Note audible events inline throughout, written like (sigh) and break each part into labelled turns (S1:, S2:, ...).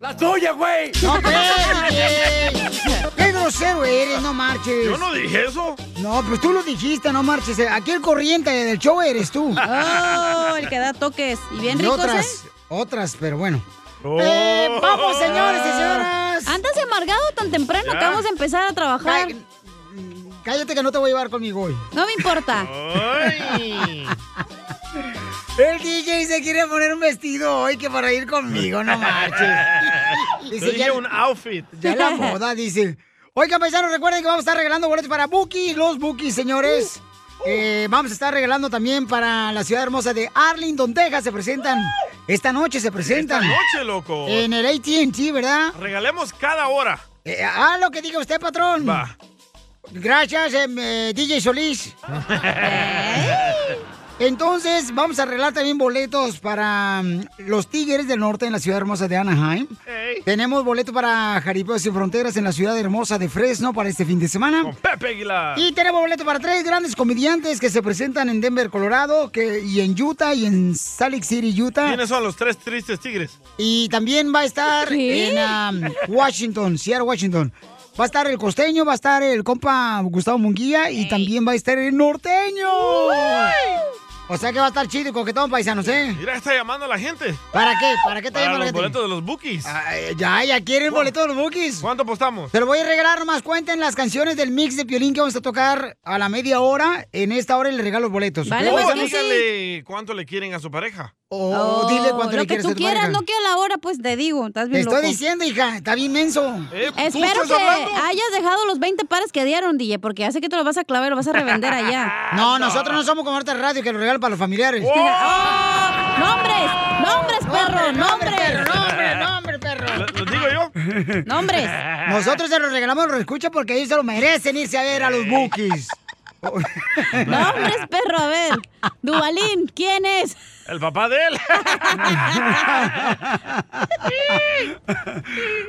S1: ¡La tuya, güey!
S2: (laughs)
S3: ¡No, espérate! ¡Qué grosero eres, no marches!
S1: Yo no dije eso.
S3: No, pues tú lo dijiste, no marches. Aquí el corriente del show eres tú.
S4: Oh, el que da toques. Y bien
S3: Y
S4: ricos,
S3: otras,
S4: ¿eh?
S3: otras, pero bueno.
S1: Oh.
S3: Eh, vamos, señores y señoras.
S4: ¿Andas amargado tan temprano?
S3: Ya.
S4: Acabamos de empezar a trabajar.
S3: Ay, Cállate que no te voy a llevar conmigo hoy.
S4: No me importa.
S3: (laughs) El DJ se quiere poner un vestido hoy que para ir conmigo, no marches.
S2: Te
S3: (laughs)
S2: dije un
S3: outfit. Ya la moda, dice. Oigan, paisanos, recuerden que vamos a estar regalando boletos para Buki, los Buki,
S2: Uh,
S3: señores. Eh, vamos a estar regalando también para la ciudad hermosa de Arlington, Texas. Se presentan. Esta noche se presentan.
S2: noche, loco.
S3: En el ATT, ¿verdad?
S2: Regalemos cada hora.
S3: Eh, ah, lo que diga usted, patrón. Gracias, em, eh, DJ Solís. Entonces, vamos a arreglar también boletos para mm, los Tigres del Norte en la ciudad hermosa de Anaheim. Tenemos boleto para Jaripeo Sin Fronteras en la ciudad hermosa de Fresno para este fin de semana.
S2: Pepe Aguilar.
S3: Y tenemos boleto para tres grandes comediantes que se presentan en Denver, Colorado, que, y en Utah, y en Salt Lake City, Utah.
S2: ¿Quiénes son los tres tristes tigres?
S3: Y también va a estar
S2: ¿Qué?
S3: en am, Washington, Seattle, Washington. Va a estar el costeño, va a estar el compa Gustavo Munguía y también va a estar el norteño. O sea que va a estar chido y coquetón, paisanos, ¿eh?
S2: Mira, está llamando a la gente.
S3: ¿Para qué? ¿Para qué te
S2: Para
S3: llaman la gente? Ah, eh,
S2: los boletos de los bookies.
S3: Ya, ya quieren boletos de los bookies.
S2: ¿Cuánto apostamos?
S3: Pero voy a regalar nomás. Cuenten las canciones del mix de Piolín que vamos a tocar a la media hora. En esta hora le regalo los boletos.
S2: Oh,
S3: ¿ok?
S4: pues,
S2: dígale cuánto le quieren a su pareja.
S3: Oh, dile cuánto
S4: lo
S3: le
S4: que
S3: quieres
S4: tú
S3: a tu
S4: quieras,
S3: pareja.
S4: no quiero la hora, pues te digo. Estás
S3: Te
S4: bien
S3: estoy
S4: loco.
S3: diciendo, hija, está bien menso.
S4: Espero que hayas dejado los 20 pares que dieron, DJ, porque ya sé que te los vas a clavar y los vas a revender allá.
S3: (laughs) No, nosotros no somos como Arte Radio que lo regala para los familiares.
S4: ¡Oh! ¡Nombres! ¡Nombres, perro!
S3: ¡Nombre,
S4: ¡Nombres!
S3: perro! ¡Nombre, nombre, perro!
S2: ¿Lo digo yo?
S4: (laughs) ¡Nombres!
S3: Nosotros se los regalamos, lo escucha porque ellos se lo merecen irse a ver a los
S4: (laughs)
S3: bookies.
S4: ¡Nombres, perro! A ver. Dubalín, ¿quién es?
S2: El papá de
S3: (laughs)
S2: él.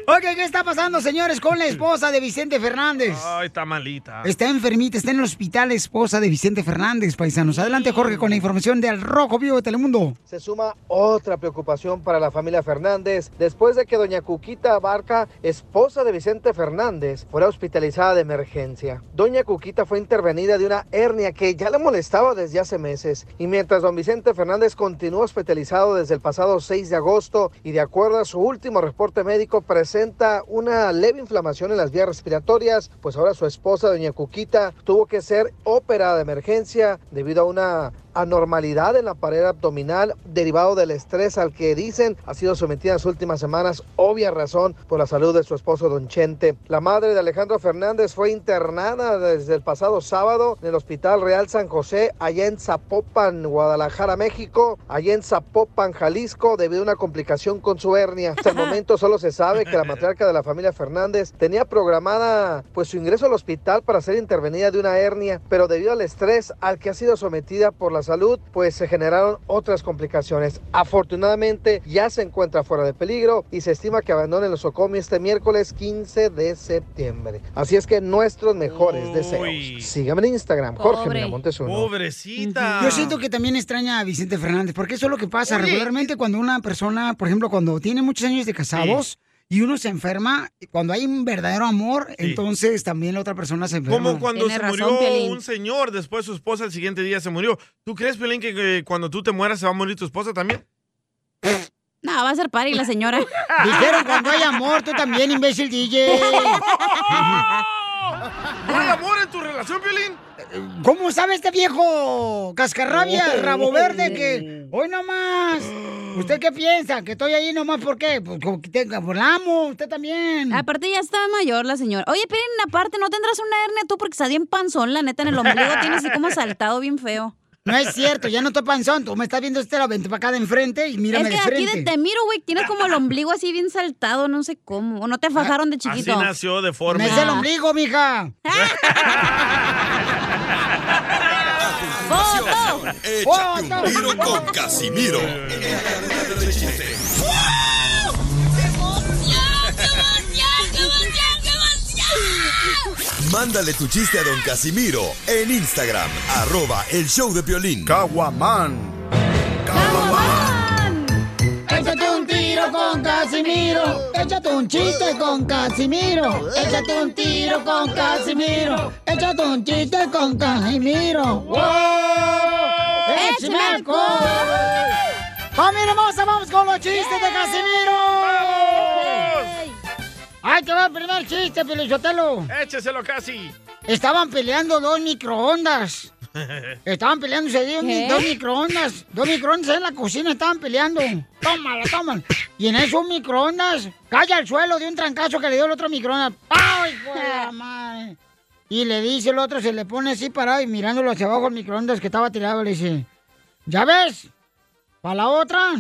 S3: ok, ¿qué está pasando, señores, con la esposa de Vicente Fernández?
S2: Ay, está malita.
S3: Está enfermita, está en el hospital, esposa de Vicente Fernández, paisanos. Adelante, Jorge, con la información de Al Rojo Vivo de Telemundo.
S5: Se suma otra preocupación para la familia Fernández después de que doña Cuquita Abarca, esposa de Vicente Fernández, fuera hospitalizada de emergencia. Doña Cuquita fue intervenida de una hernia que ya le molestaba desde hace meses y mientras don Vicente Fernández continúa hospitalizado desde el pasado 6 de agosto y de acuerdo a su último reporte médico presenta una leve inflamación en las vías respiratorias, pues ahora su esposa doña Cuquita tuvo que ser operada de emergencia debido a una anormalidad en la pared abdominal derivado del estrés al que dicen ha sido sometida en las últimas semanas, obvia razón por la salud de su esposo Don Chente. La madre de Alejandro Fernández fue internada desde el pasado sábado en el Hospital Real San José, allá en Zapopan, Guadalajara, México, allá en Zapopan, Jalisco, debido a una complicación con su hernia. Hasta el momento solo se sabe que la matriarca de la familia Fernández tenía programada pues su ingreso al hospital para ser intervenida de una hernia, pero debido al estrés al que ha sido sometida por la salud, pues se generaron otras complicaciones. Afortunadamente ya se encuentra fuera de peligro y se estima que abandone el osocomio este miércoles 15 de septiembre. Así es que nuestros mejores deseos. Síganme en Instagram, Jorge
S3: Pobre.
S5: Miramontes uno.
S2: Pobrecita.
S3: Yo siento que también extraña a Vicente Fernández, porque eso es lo que pasa
S2: Oye. eh
S3: regularmente cuando una persona, por ejemplo, cuando tiene muchos años de casados y uno se enferma, cuando hay un verdadero amor, entonces también la otra persona se enferma.
S2: Como cuando se murió un señor, después su esposa
S4: (laughs)
S2: el siguiente día se murió. ¿Tú crees, Pelín, que, que cuando tú te mueras se va a morir tu esposa también?
S4: No, va a ser party la señora.
S3: (laughs) Dijeron cuando hay amor, tú también, imbécil DJ.
S4: (laughs)
S2: ¿No hay amor en tu relación, Piolín?
S3: ¿Cómo sabe este viejo cascarrabia,
S2: Oh.
S3: rabo verde,
S2: (laughs)
S3: que hoy nomás? ¿Usted qué piensa? ¿Que estoy ahí nomás por qué? Pues como que te volamos, usted también.
S4: Aparte ya está mayor la señora. Oye, Piolín, aparte, ¿no tendrás una hernia tú? Porque está bien panzón, la neta, en el ombligo tienes así como saltado bien feo.
S3: No es cierto, ya no estoy panzón. Tú me estás viendo este, la vente para acá de enfrente y mírame
S4: es que
S3: de
S4: aquí
S3: frente.
S4: de- te miro, güey, tienes como el ombligo así bien saltado, no sé cómo. O no te fajaron de chiquito.
S2: Ah, Así nació deforme.
S3: Me es el ombligo, mija.
S4: ¡Foto!
S6: Échate un tiro con Casimiro. Mándale tu chiste a don Casimiro en Instagram, arroba el show de Piolín. Caguaman.
S3: Échate un tiro con Casimiro. Échate un chiste con Casimiro. Échate un tiro con Casimiro. Échate un chiste con Casimiro. ¡Wow!
S2: ¡Eh,
S3: ¡Échame alcohol! ¡Familia hermosa, vamos con los chistes de Casimiro! ¡Ay, te va el primer chiste, Pelichotelo!
S2: Écheselo casi.
S3: Estaban peleando dos microondas. Estaban peleando, se dieron
S2: ¿Qué?
S3: dos microondas. Dos microondas en la cocina estaban peleando. Tómala, tómala. Y en eso un microondas cae al suelo de un trancazo que le dio el otro microondas. ¡Ay, hijo de la madre! Y le dice el otro, se le pone así parado y mirándolo hacia abajo el microondas que estaba tirado, le dice: ¿Ya ves? Para la otra,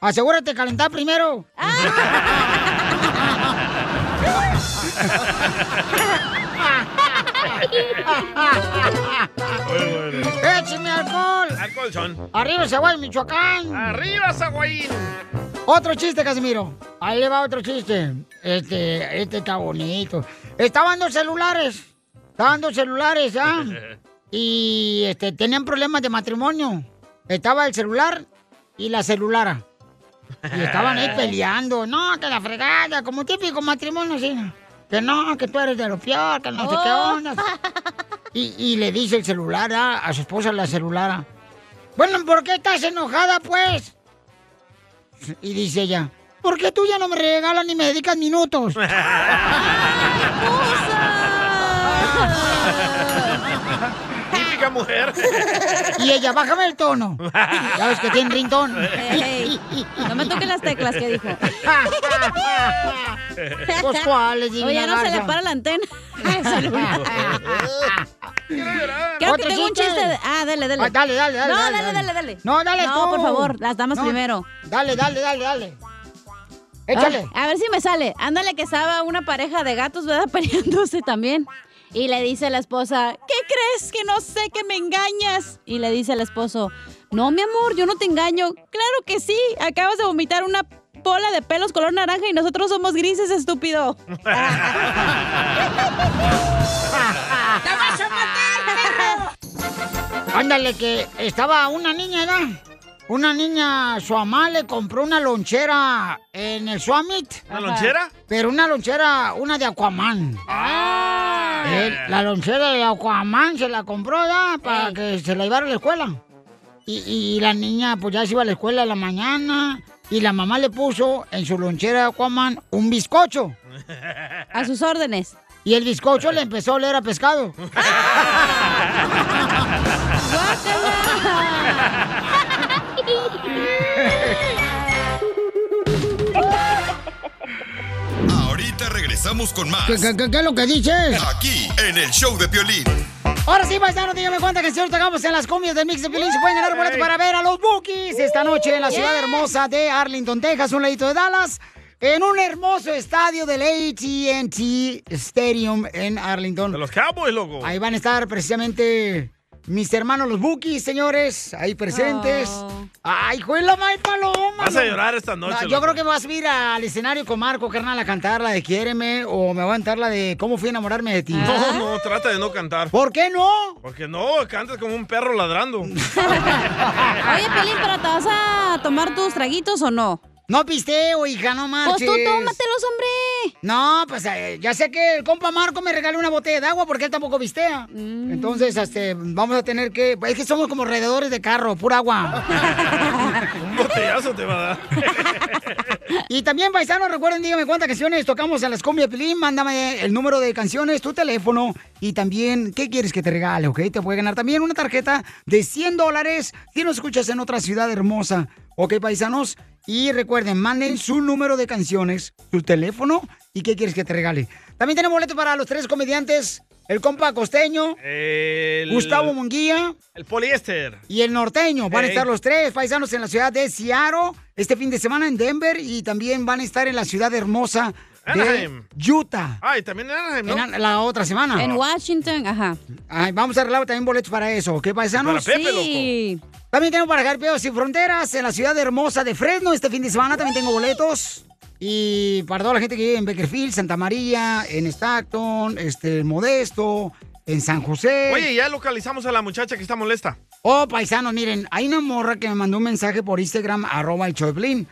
S3: asegúrate de calentar primero.
S1: Ah.
S3: ¡Écheme alcohol!
S2: Alcohol son.
S3: ¡Arriba Zaguay, Michoacán!
S2: ¡Arriba, Zaguayín!
S3: Otro chiste, Casimiro. Ahí le va otro chiste. Este, este está bonito. Estaban dos celulares. Estaban dos celulares, ¿ah? Y este, tenían problemas de matrimonio. Estaba el celular y la celulara. Y estaban ahí peleando. No, que la fregada, como típico matrimonio, así. Que no, que tú eres de lo peor, que no sé qué
S1: Oh.
S3: onda. Y, y le dice el celular a, a su esposa la celulara. Bueno, ¿por qué estás enojada, pues? Y dice ella, ¿por qué tú ya no me regalas ni me dedicas minutos?
S2: Típica mujer.
S3: Y ella, bájame el tono. Ya ves que tiene rintón.
S4: Ey, no me toques las teclas que dijo.
S3: (laughs) Pues, ¿cuáles, divina
S4: Oye, ya no se le
S3: garza?
S4: para la antena. al celular. Creo que
S3: ¿Otro
S4: tengo un
S3: chiste?
S4: chiste. de- Ah, dale, dale.
S3: Ah, dale, dale, dale,
S4: No,
S3: dale,
S4: dale,
S3: dale.
S4: dale, dale.
S3: No, dale
S4: No,
S3: tú.
S4: por favor, las damas
S3: No,
S4: primero.
S3: Dale, dale, dale, dale. Échale.
S4: Ay, a ver si me sale. Ándale que estaba una pareja de gatos, ¿verdad? (laughs) Peleándose también. Y le dice la esposa, ¿qué crees que no sé que me engañas? Y le dice el esposo, no, mi amor, yo no te engaño. Claro que sí, acabas de vomitar una bola de pelos color naranja y nosotros somos
S3: (laughs)
S4: grises, estúpido.
S3: Ándale, que estaba una niña, ¿verdad? Una niña, su mamá le compró una lonchera en el Suamit.
S2: ¿Una lonchera?
S3: Pero una lonchera, una de Aquaman. Eh, la lonchera de Aquaman se la compró, ¿verdad? Para que se la llevara a la escuela. Y, y la niña, pues ya se iba a la escuela a la mañana. Y la mamá le puso en su lonchera de Aquaman un bizcocho.
S4: A sus órdenes.
S3: Y el bizcocho le empezó a oler a pescado.
S6: Ahorita regresamos con más.
S3: ¿Qué, qué- qué- qué es lo que dices?
S6: Aquí, en el show de Piolín.
S3: Ahora sí, paisano, dígame cuánta canción tocamos en las cumbias del Mix de Piolín. Se pueden ganar boletos para ver a los Bookies esta noche en la ciudad
S1: Yeah.
S3: hermosa de Arlington, Texas, un ladito de Dallas, en un hermoso estadio del AT&T Stadium en Arlington. De
S2: los Cowboys, loco.
S3: Ahí van a estar precisamente mis hermanos los Bookies, señores, ahí presentes. ¡Ay, juela, May Paloma!
S2: Oh. Vas a
S3: no.
S2: llorar esta noche,
S3: No, yo
S2: loco.
S3: creo que vas a subir al escenario con Marco, carnal, a cantar la de Quiéreme o me va a cantar la de Cómo fui a enamorarme de ti.
S2: No, no, trata de no cantar.
S3: ¿Por qué no?
S2: Porque no, cantas como un perro
S3: (laughs)
S2: ladrando.
S4: Oye, Pelín, ¿pero te vas a tomar tus traguitos o no?
S3: No pisteo, hija, no
S4: Pues tú
S3: marches.
S4: tómatelos, hombre.
S3: No, pues eh, ya sé que el compa Marco me regaló una botella de agua porque él tampoco vistea.
S4: Mm.
S3: Entonces, este, vamos a tener que. Es que somos como alrededores de carro, pura agua.
S2: Un botellazo te va a dar.
S3: Y también, paisanos, recuerden, díganme cuántas canciones tocamos en las combias Pilín. Mándame el número de canciones, tu teléfono y también qué quieres que te regale, ¿ok? Te puede ganar también una tarjeta de 100 dólares si nos escuchas en otra ciudad hermosa, ¿ok, paisanos? Y recuerden, manden su número de canciones, tu teléfono y qué quieres que te regale. También tenemos boleto para los tres comediantes, el compa costeño,
S2: El-
S3: Gustavo Munguía
S2: El poliéster.
S3: y el norteño. Van a
S2: Ey.
S3: estar los tres paisanos en la ciudad de Seattle este fin de semana en Denver y también van a estar en la ciudad hermosa de
S2: Anaheim.
S3: Utah.
S2: Ay, Ah, también en Anaheim, ¿no?
S3: En an- la otra semana.
S4: En Washington, ajá.
S3: Ay, vamos a arreglar también boletos para eso, ¿qué paisanos?
S4: Para Pepe, Sí.
S3: También tengo para Carpeos Sin Fronteras en la ciudad hermosa de Fresno este fin de semana. También tengo boletos. Y para toda la gente que vive en Bakersfield, Santa María, en Stockton, este, Modesto, en San José.
S2: Oye, ya localizamos a la muchacha que está molesta.
S3: Oh, paisanos, miren, hay una morra que me mandó un mensaje por Instagram, arroba el Choplin.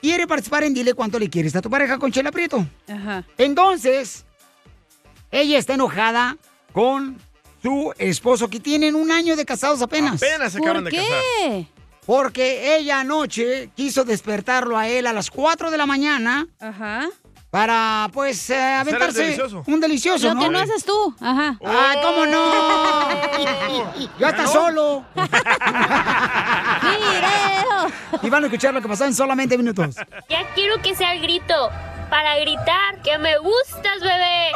S3: Quiere participar en Dile cuánto le quieres a tu pareja con Chela Prieto.
S4: Ajá.
S3: Entonces, ella está enojada con su esposo, que tienen un año de casados apenas.
S2: Apenas se ¿Por acaban de qué? casar.
S3: Porque ella anoche quiso despertarlo a él a las 4 de la mañana
S4: Ajá.
S3: para, pues, eh, aventarse
S4: delicioso.
S3: un delicioso,
S4: Lo
S3: ¿no?
S4: que no haces tú, ajá.
S3: Ah, ¿cómo
S2: Oh.
S3: no? Yo hasta solo. Y van a escuchar lo que pasó en solamente minutos.
S7: Ya quiero que sea el grito para gritar que me gustas, bebé.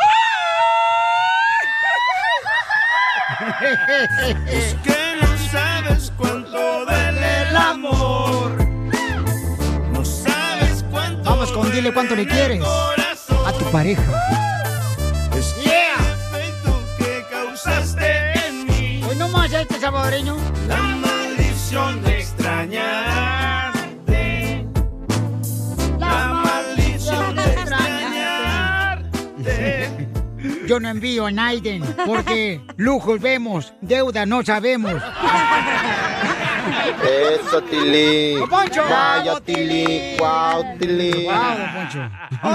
S1: Es que no sabes cuánto duele el amor. No sabes cuánto.
S3: Vamos con dile cuánto le quieres a tu pareja.
S1: Es
S3: Yeah.
S1: que causaste en mí.
S3: Hoy no más este salvadoreño.
S1: La maldición de extrañarte. La maldición de extrañarte.
S3: Yo no envío a Naiden porque lujos vemos, deuda no sabemos.
S8: Eso, Tili.
S3: Don Poncho.
S8: Vaya,
S3: Bravo,
S8: Tili. Wow, Tili.
S3: Guau, don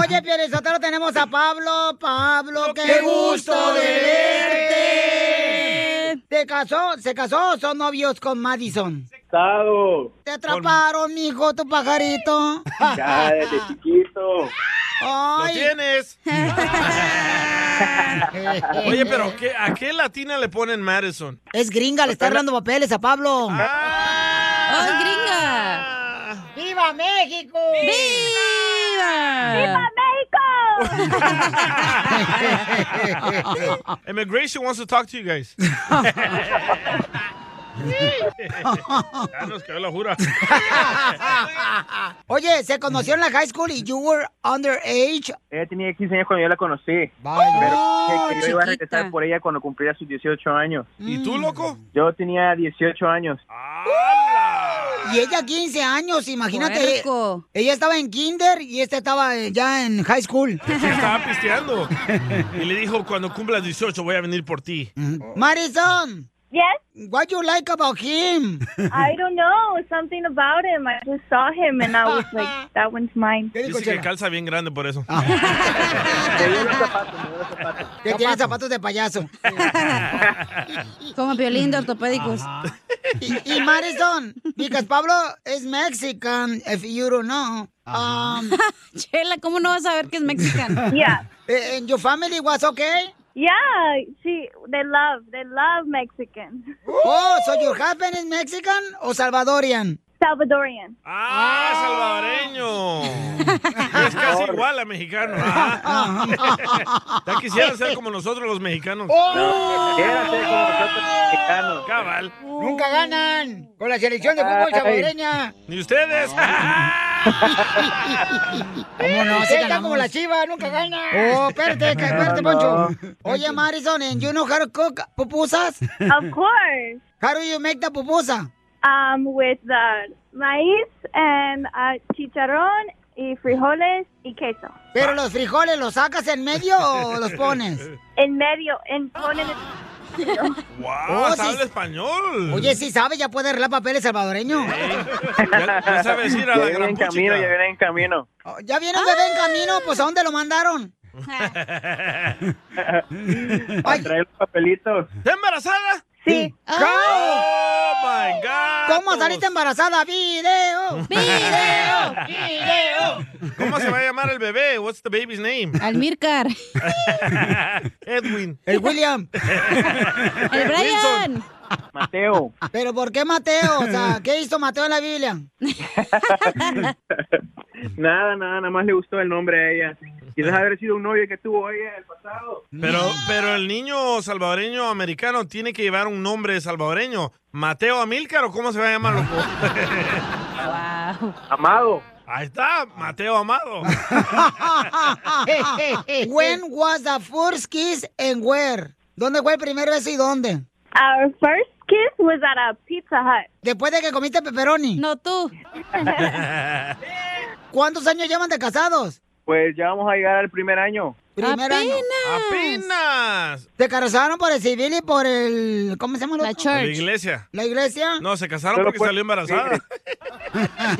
S3: (laughs) Oye, Pio Sotero, tenemos a Pablo. Pablo, qué,
S1: Qué gusto de
S3: verte. ¿Te casó? ¿Se casó o son novios con Madison?
S9: Estado.
S3: Te atraparon, mijo, tu pajarito.
S9: Ya
S3: (laughs)
S9: desde chiquito.
S3: Ay.
S2: Lo
S3: (laughs)
S2: tienes. Oye, pero ¿qué- ¿a qué latina le ponen
S3: (laughs)
S2: Madison?
S3: Es gringa, le está arreglando papeles a Pablo.
S4: ¡Ay, gringa!
S3: ¡Viva México!
S4: ¡Viva!
S2: ¡Viva
S3: México!
S2: Immigration wants to talk to you guys. ya nos quedó la jura.
S3: (laughs) Oye, se conoció en la high school y you were underage.
S9: Ella tenía 15 años cuando yo la conocí.
S2: Oh,
S9: Pero que- que yo iba a regresar por ella cuando cumpliera sus 18 años.
S2: ¿Y tú, loco?
S9: Yo tenía 18 años.
S3: Y ella 15 años, imagínate.
S4: Puerco.
S3: Ella estaba en kinder y esta estaba eh, ya en high school.
S2: Se estaba pisteando. Y le dijo, cuando cumplas 18 voy a venir por ti.
S3: Madison. Yes. What you like about him?
S10: I don't know, something about him. I just saw him and I
S3: (laughs)
S10: was like, that one's mine.
S2: Dice que calza bien grande por eso.
S3: Ah.
S2: (laughs)
S3: Que tiene zapatos de payaso.
S4: Como violín de ortopédicos.
S3: Y, y Madison, because Pablo es mexican, if you don't know. Um,
S4: (laughs) Chela, ¿cómo no vas a ver que es mexicano?
S10: Yeah.
S3: Eh, and your family was okay?
S10: Yeah, she, they love, they love Mexicans.
S3: Oh, so your husband is Mexican o Salvadorian?
S10: Salvadorian.
S2: ¡Ah,
S3: (laughs)
S2: salvadoreño! Es casi igual a mexicano.
S3: (laughs)
S2: ah. Ya quisieran ser como nosotros los mexicanos.
S3: ¡Oh!
S2: mexicanos. Cabal.
S3: Nunca ganan con la selección de fútbol
S2: Ay.
S3: salvadoreña.
S2: Ni
S3: (laughs)
S2: ustedes.
S3: ¿Cómo no?
S2: Sí
S3: Sí, está
S2: ganamos.
S3: como la chiva, nunca gana. Oh, (laughs) espérate, ca-
S2: No,
S3: espérate,
S2: no.
S3: Poncho. Oye, Madison, ¿en you know how to cook pupusas?
S10: Of course.
S3: How do you make the pupusa?
S10: Um, with the maíz and uh, chicharrón y frijoles y queso.
S3: ¿Pero los frijoles los sacas en medio o (laughs) los pones?
S10: En medio, en ponen...
S2: ¡Wow!
S3: Oh,
S2: se
S3: sí.
S2: Ah, habla español!
S3: Oye, sí sabes, ya puede arreglar papeles salvadoreño.
S2: Ah, Ya, ya
S9: (laughs)
S2: sabes ir a
S9: Ya
S2: la
S9: viene
S2: gran
S9: en camino, ya
S2: puchica.
S9: viene en
S2: (laughs)
S9: camino.
S3: Ya viene un bebé en camino, pues ¿a dónde lo mandaron?
S9: A traer los papelitos. (laughs)
S2: ¿Está embarazada?
S10: Sí,
S3: Sí. ¡Ah!
S2: ¡Oh, my God!
S3: ¿Cómo saliste embarazada? ¡Video!
S4: ¡Video!
S2: ¿Cómo se va a llamar el bebé? What's the baby's name?
S4: Almircar.
S2: (laughs) Edwin.
S3: El William.
S4: El Brian.
S9: Mateo.
S3: ¿Pero por qué Mateo? O sea, ¿qué hizo Mateo en la
S4: (laughs)
S3: Biblia?
S9: Nada, nada, nada más le gustó el nombre a ella. Quizás haber sido un novio que tuvo ella en el pasado.
S2: Pero, pero el niño salvadoreño americano tiene que llevar un nombre salvadoreño. ¿Mateo Amílcar o cómo se va a
S3: (laughs)
S2: llamar, loco?
S9: Amado.
S2: Ahí está, Mateo Amado.
S3: When was the first kiss and where? ¿Dónde fue el primer beso y dónde?
S10: Our first kiss was at a Pizza Hut.
S3: Después de que comiste pepperoni.
S4: No tú.
S3: (laughs) ¿Cuántos años llevan de casados?
S9: Pues ya vamos a llegar al primer año.
S3: Primer año.
S2: ¡Apenas!
S3: Te casaron por el civil y por el ¿cómo se llama? el
S4: La
S3: otro?
S2: La iglesia.
S3: La iglesia.
S2: No, se casaron
S3: Pero
S2: porque
S3: pues-
S2: salió embarazada.
S3: Ah,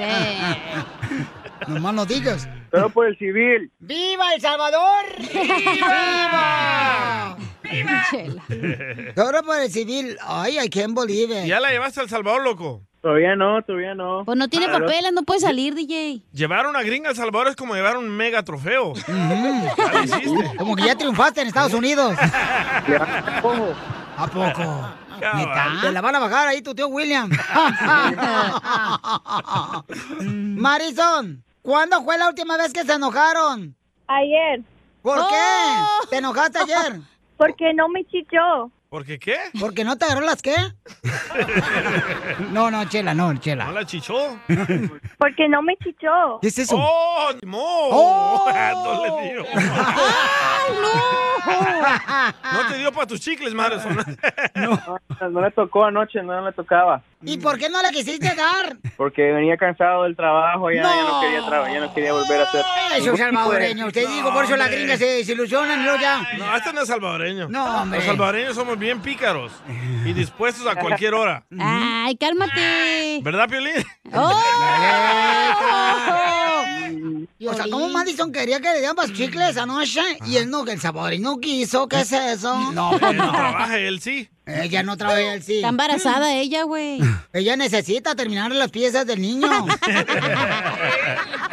S3: Nomás no digas.
S9: Pero por el
S3: (laughs)
S9: civil.
S3: ¡Viva El (laughs) Salvador! ¡Viva! Ahora por el civil. Ay, I can't believe it.
S2: ¿Ya la llevaste a El Salvador, loco?
S9: Todavía no, todavía no.
S4: Pues no
S3: Ah,
S4: tiene papeles, no puede salir, DJ.
S2: Llevar una gringa a El Salvador es como llevar un mega
S3: (laughs)
S2: trofeo.
S3: Mm-hmm. Como que ya triunfaste en Estados (laughs) Unidos.
S9: Ojo.
S3: ¿A poco? ¿Neta? Ah, Te la van a bajar ahí tu tío (laughs) William.
S1: (laughs)
S3: Marisol, ¿cuándo fue la última vez que se enojaron?
S10: Ayer. Oh.
S3: ¿Por qué? ¿Te enojaste ayer?
S10: (laughs) Porque no me chichó.
S2: ¿Porque qué?
S3: ¿Porque no te agarró las
S2: (laughs)
S3: qué? No, no, chela, no, chela.
S2: ¿No la chichó?
S10: Porque no me chichó.
S3: ¿Qué es eso? Oh.
S2: ¡Oh, no! (laughs) No
S3: (laughs)
S2: le dio.
S3: no!
S2: No te dio para tus chicles, Madison.
S9: No, no le tocó anoche, no le tocaba.
S3: ¿Y por qué no le quisiste
S2: (laughs)
S3: dar?
S9: Porque venía cansado del trabajo, ya
S3: No.
S9: no, ya no quería trabajar, ya no quería volver a hacer. pues,
S3: Eso es salvadoreño, te digo, por eso las gringas se desilusionan y luego
S2: (laughs)
S3: ya.
S2: No, este no es salvadoreño.
S3: No, hombre.
S2: Los salvadoreños somos bien pícaros y dispuestos a cualquier hora.
S4: Ay, cálmate.
S2: ¿Verdad, Piolín?
S3: (laughs) O sea, ¿cómo Madison quería que le dieran más chicles anoche? Y él no, que el salvadoreño no quiso, ¿qué es eso? No,
S2: Él (laughs) no trabaja, él sí.
S3: Ella no trae el sí.
S4: Está embarazada ella,
S3: (laughs)
S4: güey.
S3: Ella necesita terminar las piezas del
S4: (laughs)
S3: niño.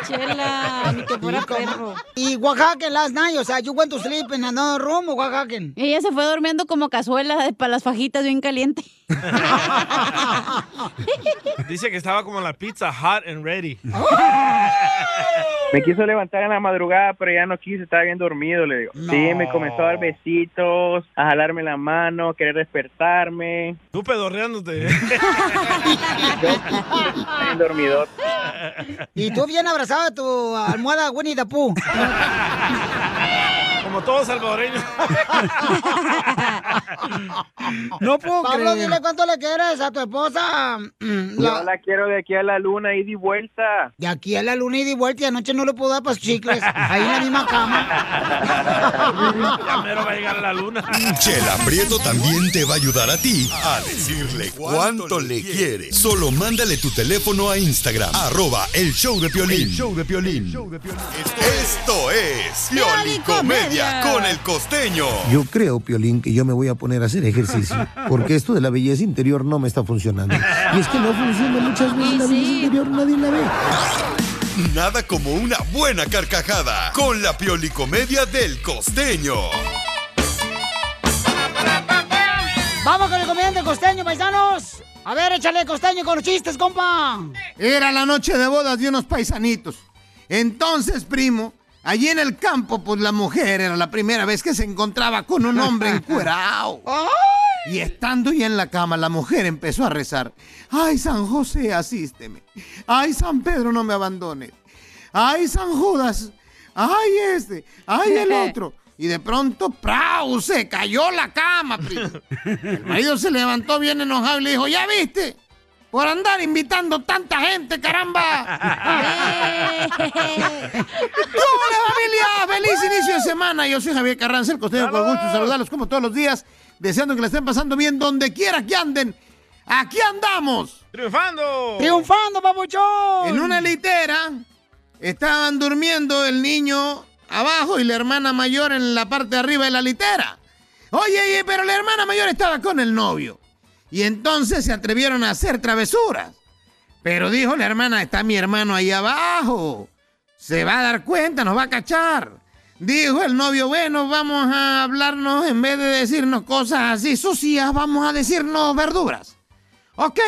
S4: Chela, ni que fuera
S3: Sí, ¿cómo?
S4: perro.
S3: Y Oaxaca last night, o sea, you went to sleep in another room, Oaxaca.
S4: Ella se fue durmiendo como cazuela para las fajitas bien caliente.
S3: (laughs)
S2: Dice que estaba como la pizza hot and ready.
S3: Oh.
S9: Me quiso levantar en la madrugada, pero ya no quise, estaba bien dormido, le digo. Sí, me comenzó a dar besitos, a jalarme la mano, querer despertarme.
S2: Tú pedorreándote. (laughs)
S9: Estaba bien dormido.
S3: Y tú bien abrazado de tu almohada Winnie the
S4: (laughs)
S3: Pooh.
S2: Como todos salvadoreños.
S3: No puedo Pablo,
S9: creer.
S3: dile cuánto le quieres a tu esposa. Mm,
S9: Yo
S3: la-
S9: la quiero de aquí a la luna, ida y vuelta.
S3: de aquí a la luna y de vuelta y anoche no le puedo dar para sus chicles. Ahí en la misma cama.
S2: ya mero va a llegar la luna.
S6: Mm, Chela Prieto también te va a ayudar a ti a decirle cuánto le quiere. Solo mándale tu teléfono a Instagram, arroba el show de Piolín.
S11: El
S6: show de Piolín. Esto es Pioli Comedia con el costeño.
S11: Yo creo, Piolín, que yo me voy a poner a hacer ejercicio, porque esto de la belleza interior no me está funcionando. Y es que no funciona muchas veces la belleza interior, nadie la ve.
S6: Nada como una buena carcajada con la Pioli Comedia del costeño.
S3: Vamos con el comediante costeño, paisanos. A ver, échale costeño con los chistes, compa.
S12: Era la noche de bodas de unos paisanitos. Entonces, primo, allí en el campo, pues la mujer era la primera vez que se encontraba con un hombre encuerao. Y estando ya en la cama, la mujer empezó a rezar. Ay, San José, asísteme. Ay, San Pedro, no me abandones. Ay, San Judas. Ay, este. Ay, el otro. Y de pronto, ¡prau! Se cayó la cama, primo. El marido se levantó bien enojado y le dijo, ¿ya viste? Por andar invitando tanta gente, caramba. ¡Hola familia! ¡Feliz inicio de semana! Yo soy Javier Carranza, el costeño, con gusto de saludarlos como todos los días, deseando que la estén pasando bien donde quiera que anden. ¡Aquí andamos!
S2: ¡Triunfando!
S3: ¡Triunfando, papuchón!
S12: En una litera estaban durmiendo el niño abajo y la hermana mayor en la parte de arriba de la litera. Oye, oye, pero la hermana mayor estaba con el novio. Y entonces se atrevieron a hacer travesuras. Pero dijo la hermana, está mi hermano ahí abajo. Se va a dar cuenta, nos va a cachar. Dijo el novio, bueno, vamos a hablarnos en vez de decirnos cosas así sucias, vamos a decirnos verduras. Ok.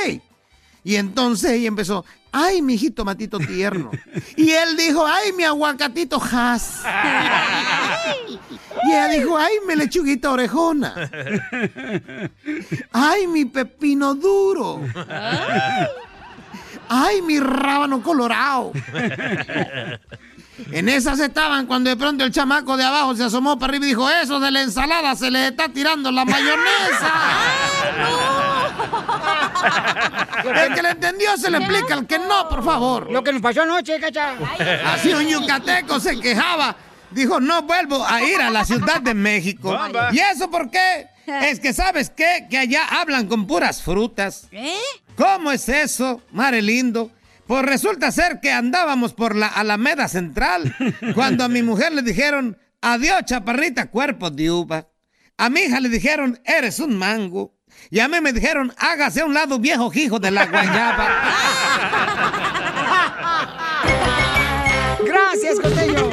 S12: Y entonces ella empezó, ay, mi matito tierno. y él dijo, ay, mi aguacatito has. y ella dijo, ay, mi lechuguita orejona. Ay, mi pepino duro.
S1: Ah.
S12: Ay, mi rábano colorado. En esas estaban cuando de pronto el chamaco de abajo se asomó para arriba y dijo, eso de la ensalada se le está tirando la
S3: (laughs)
S12: mayonesa. El que le entendió se le explica, el que no, por favor.
S3: Lo que nos pasó anoche, cacha.
S12: Así un yucateco se quejaba. Dijo, no vuelvo a ir a la Ciudad de México.
S1: Bomba.
S12: ¿Y eso por qué? Es que sabes qué, que allá hablan con puras frutas. ¿Cómo es eso, mare lindo? Pues resulta ser que andábamos por la Alameda Central cuando a mi mujer le dijeron, adiós chaparrita, cuerpo de uva. A mi hija le dijeron, eres un mango. Y a mí me dijeron, hágase a un lado viejo hijo de la guayaba.
S3: Gracias, Costeño.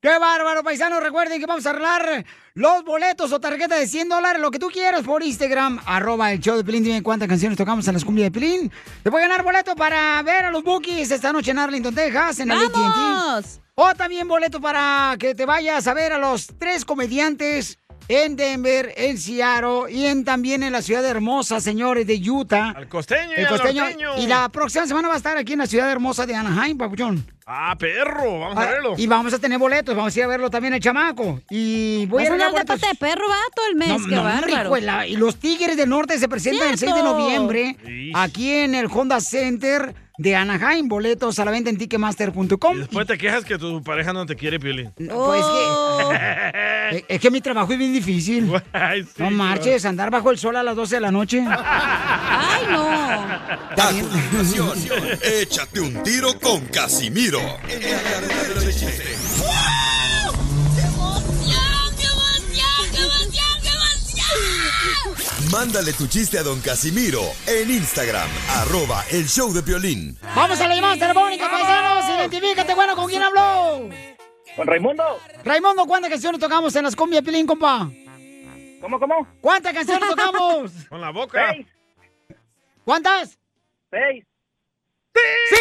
S3: ¡Qué bárbaro, paisanos! Recuerden que vamos a arreglar los boletos o tarjeta de 100 dólares, lo que tú quieras, por Instagram, arroba el show de Pelín. Dime cuántas canciones tocamos en las cumbias de Pelín. Te voy a ganar boleto para ver a los Bookies esta noche en Arlington, Texas, en el AT&T. O también boleto para que te vayas a ver a los tres comediantes en Denver, en Seattle y en, también en la ciudad hermosa, señores, de Utah. El
S2: costeño y
S3: El
S2: al
S3: costeño.
S2: norteño.
S3: Y la próxima semana va a estar aquí en la ciudad hermosa de Anaheim, papuchón.
S2: Ah, perro, vamos a
S3: Ah,
S2: verlo.
S3: Y vamos a tener boletos, vamos a ir a verlo también el chamaco. Y voy
S4: Vas a
S3: regalar
S4: andar de
S3: boletos.
S4: pata de perro, va, Ah, todo el mes, qué
S3: hombre,
S4: bárbaro.
S3: hijuela. Y los Tigres del Norte se presentan el 6 de
S4: ¡Cierto!
S3: noviembre
S2: Ish.
S3: aquí en el Honda Center de Anaheim. Boletos a la venta en ticketmaster.com.
S2: Después Pues te quejas que tu pareja no te quiere, Piolín. Oh.
S3: Pues que, Eh, es que mi trabajo es bien
S2: (laughs)
S3: difícil. no marches, andar bajo el sol a las 12 de la noche.
S4: (laughs) ¡Ay, no!
S6: A continuación, échate un tiro con Casimiro. Mándale tu chiste a don Casimiro en Instagram, arroba el show de violín.
S3: Vamos a la llamada telefónica, paisanos. Identifícate, bueno, ¿con quién habló?
S13: Con Raimundo.
S3: Raimundo, ¿cuántas canciones tocamos en las cumbias, Pilín, compa?
S13: ¿Cómo, cómo?
S3: ¿Cuántas canciones
S13: (laughs)
S3: tocamos?
S2: Con la boca.
S3: ¿Cuántas?
S13: Seis.
S3: ¡Sí!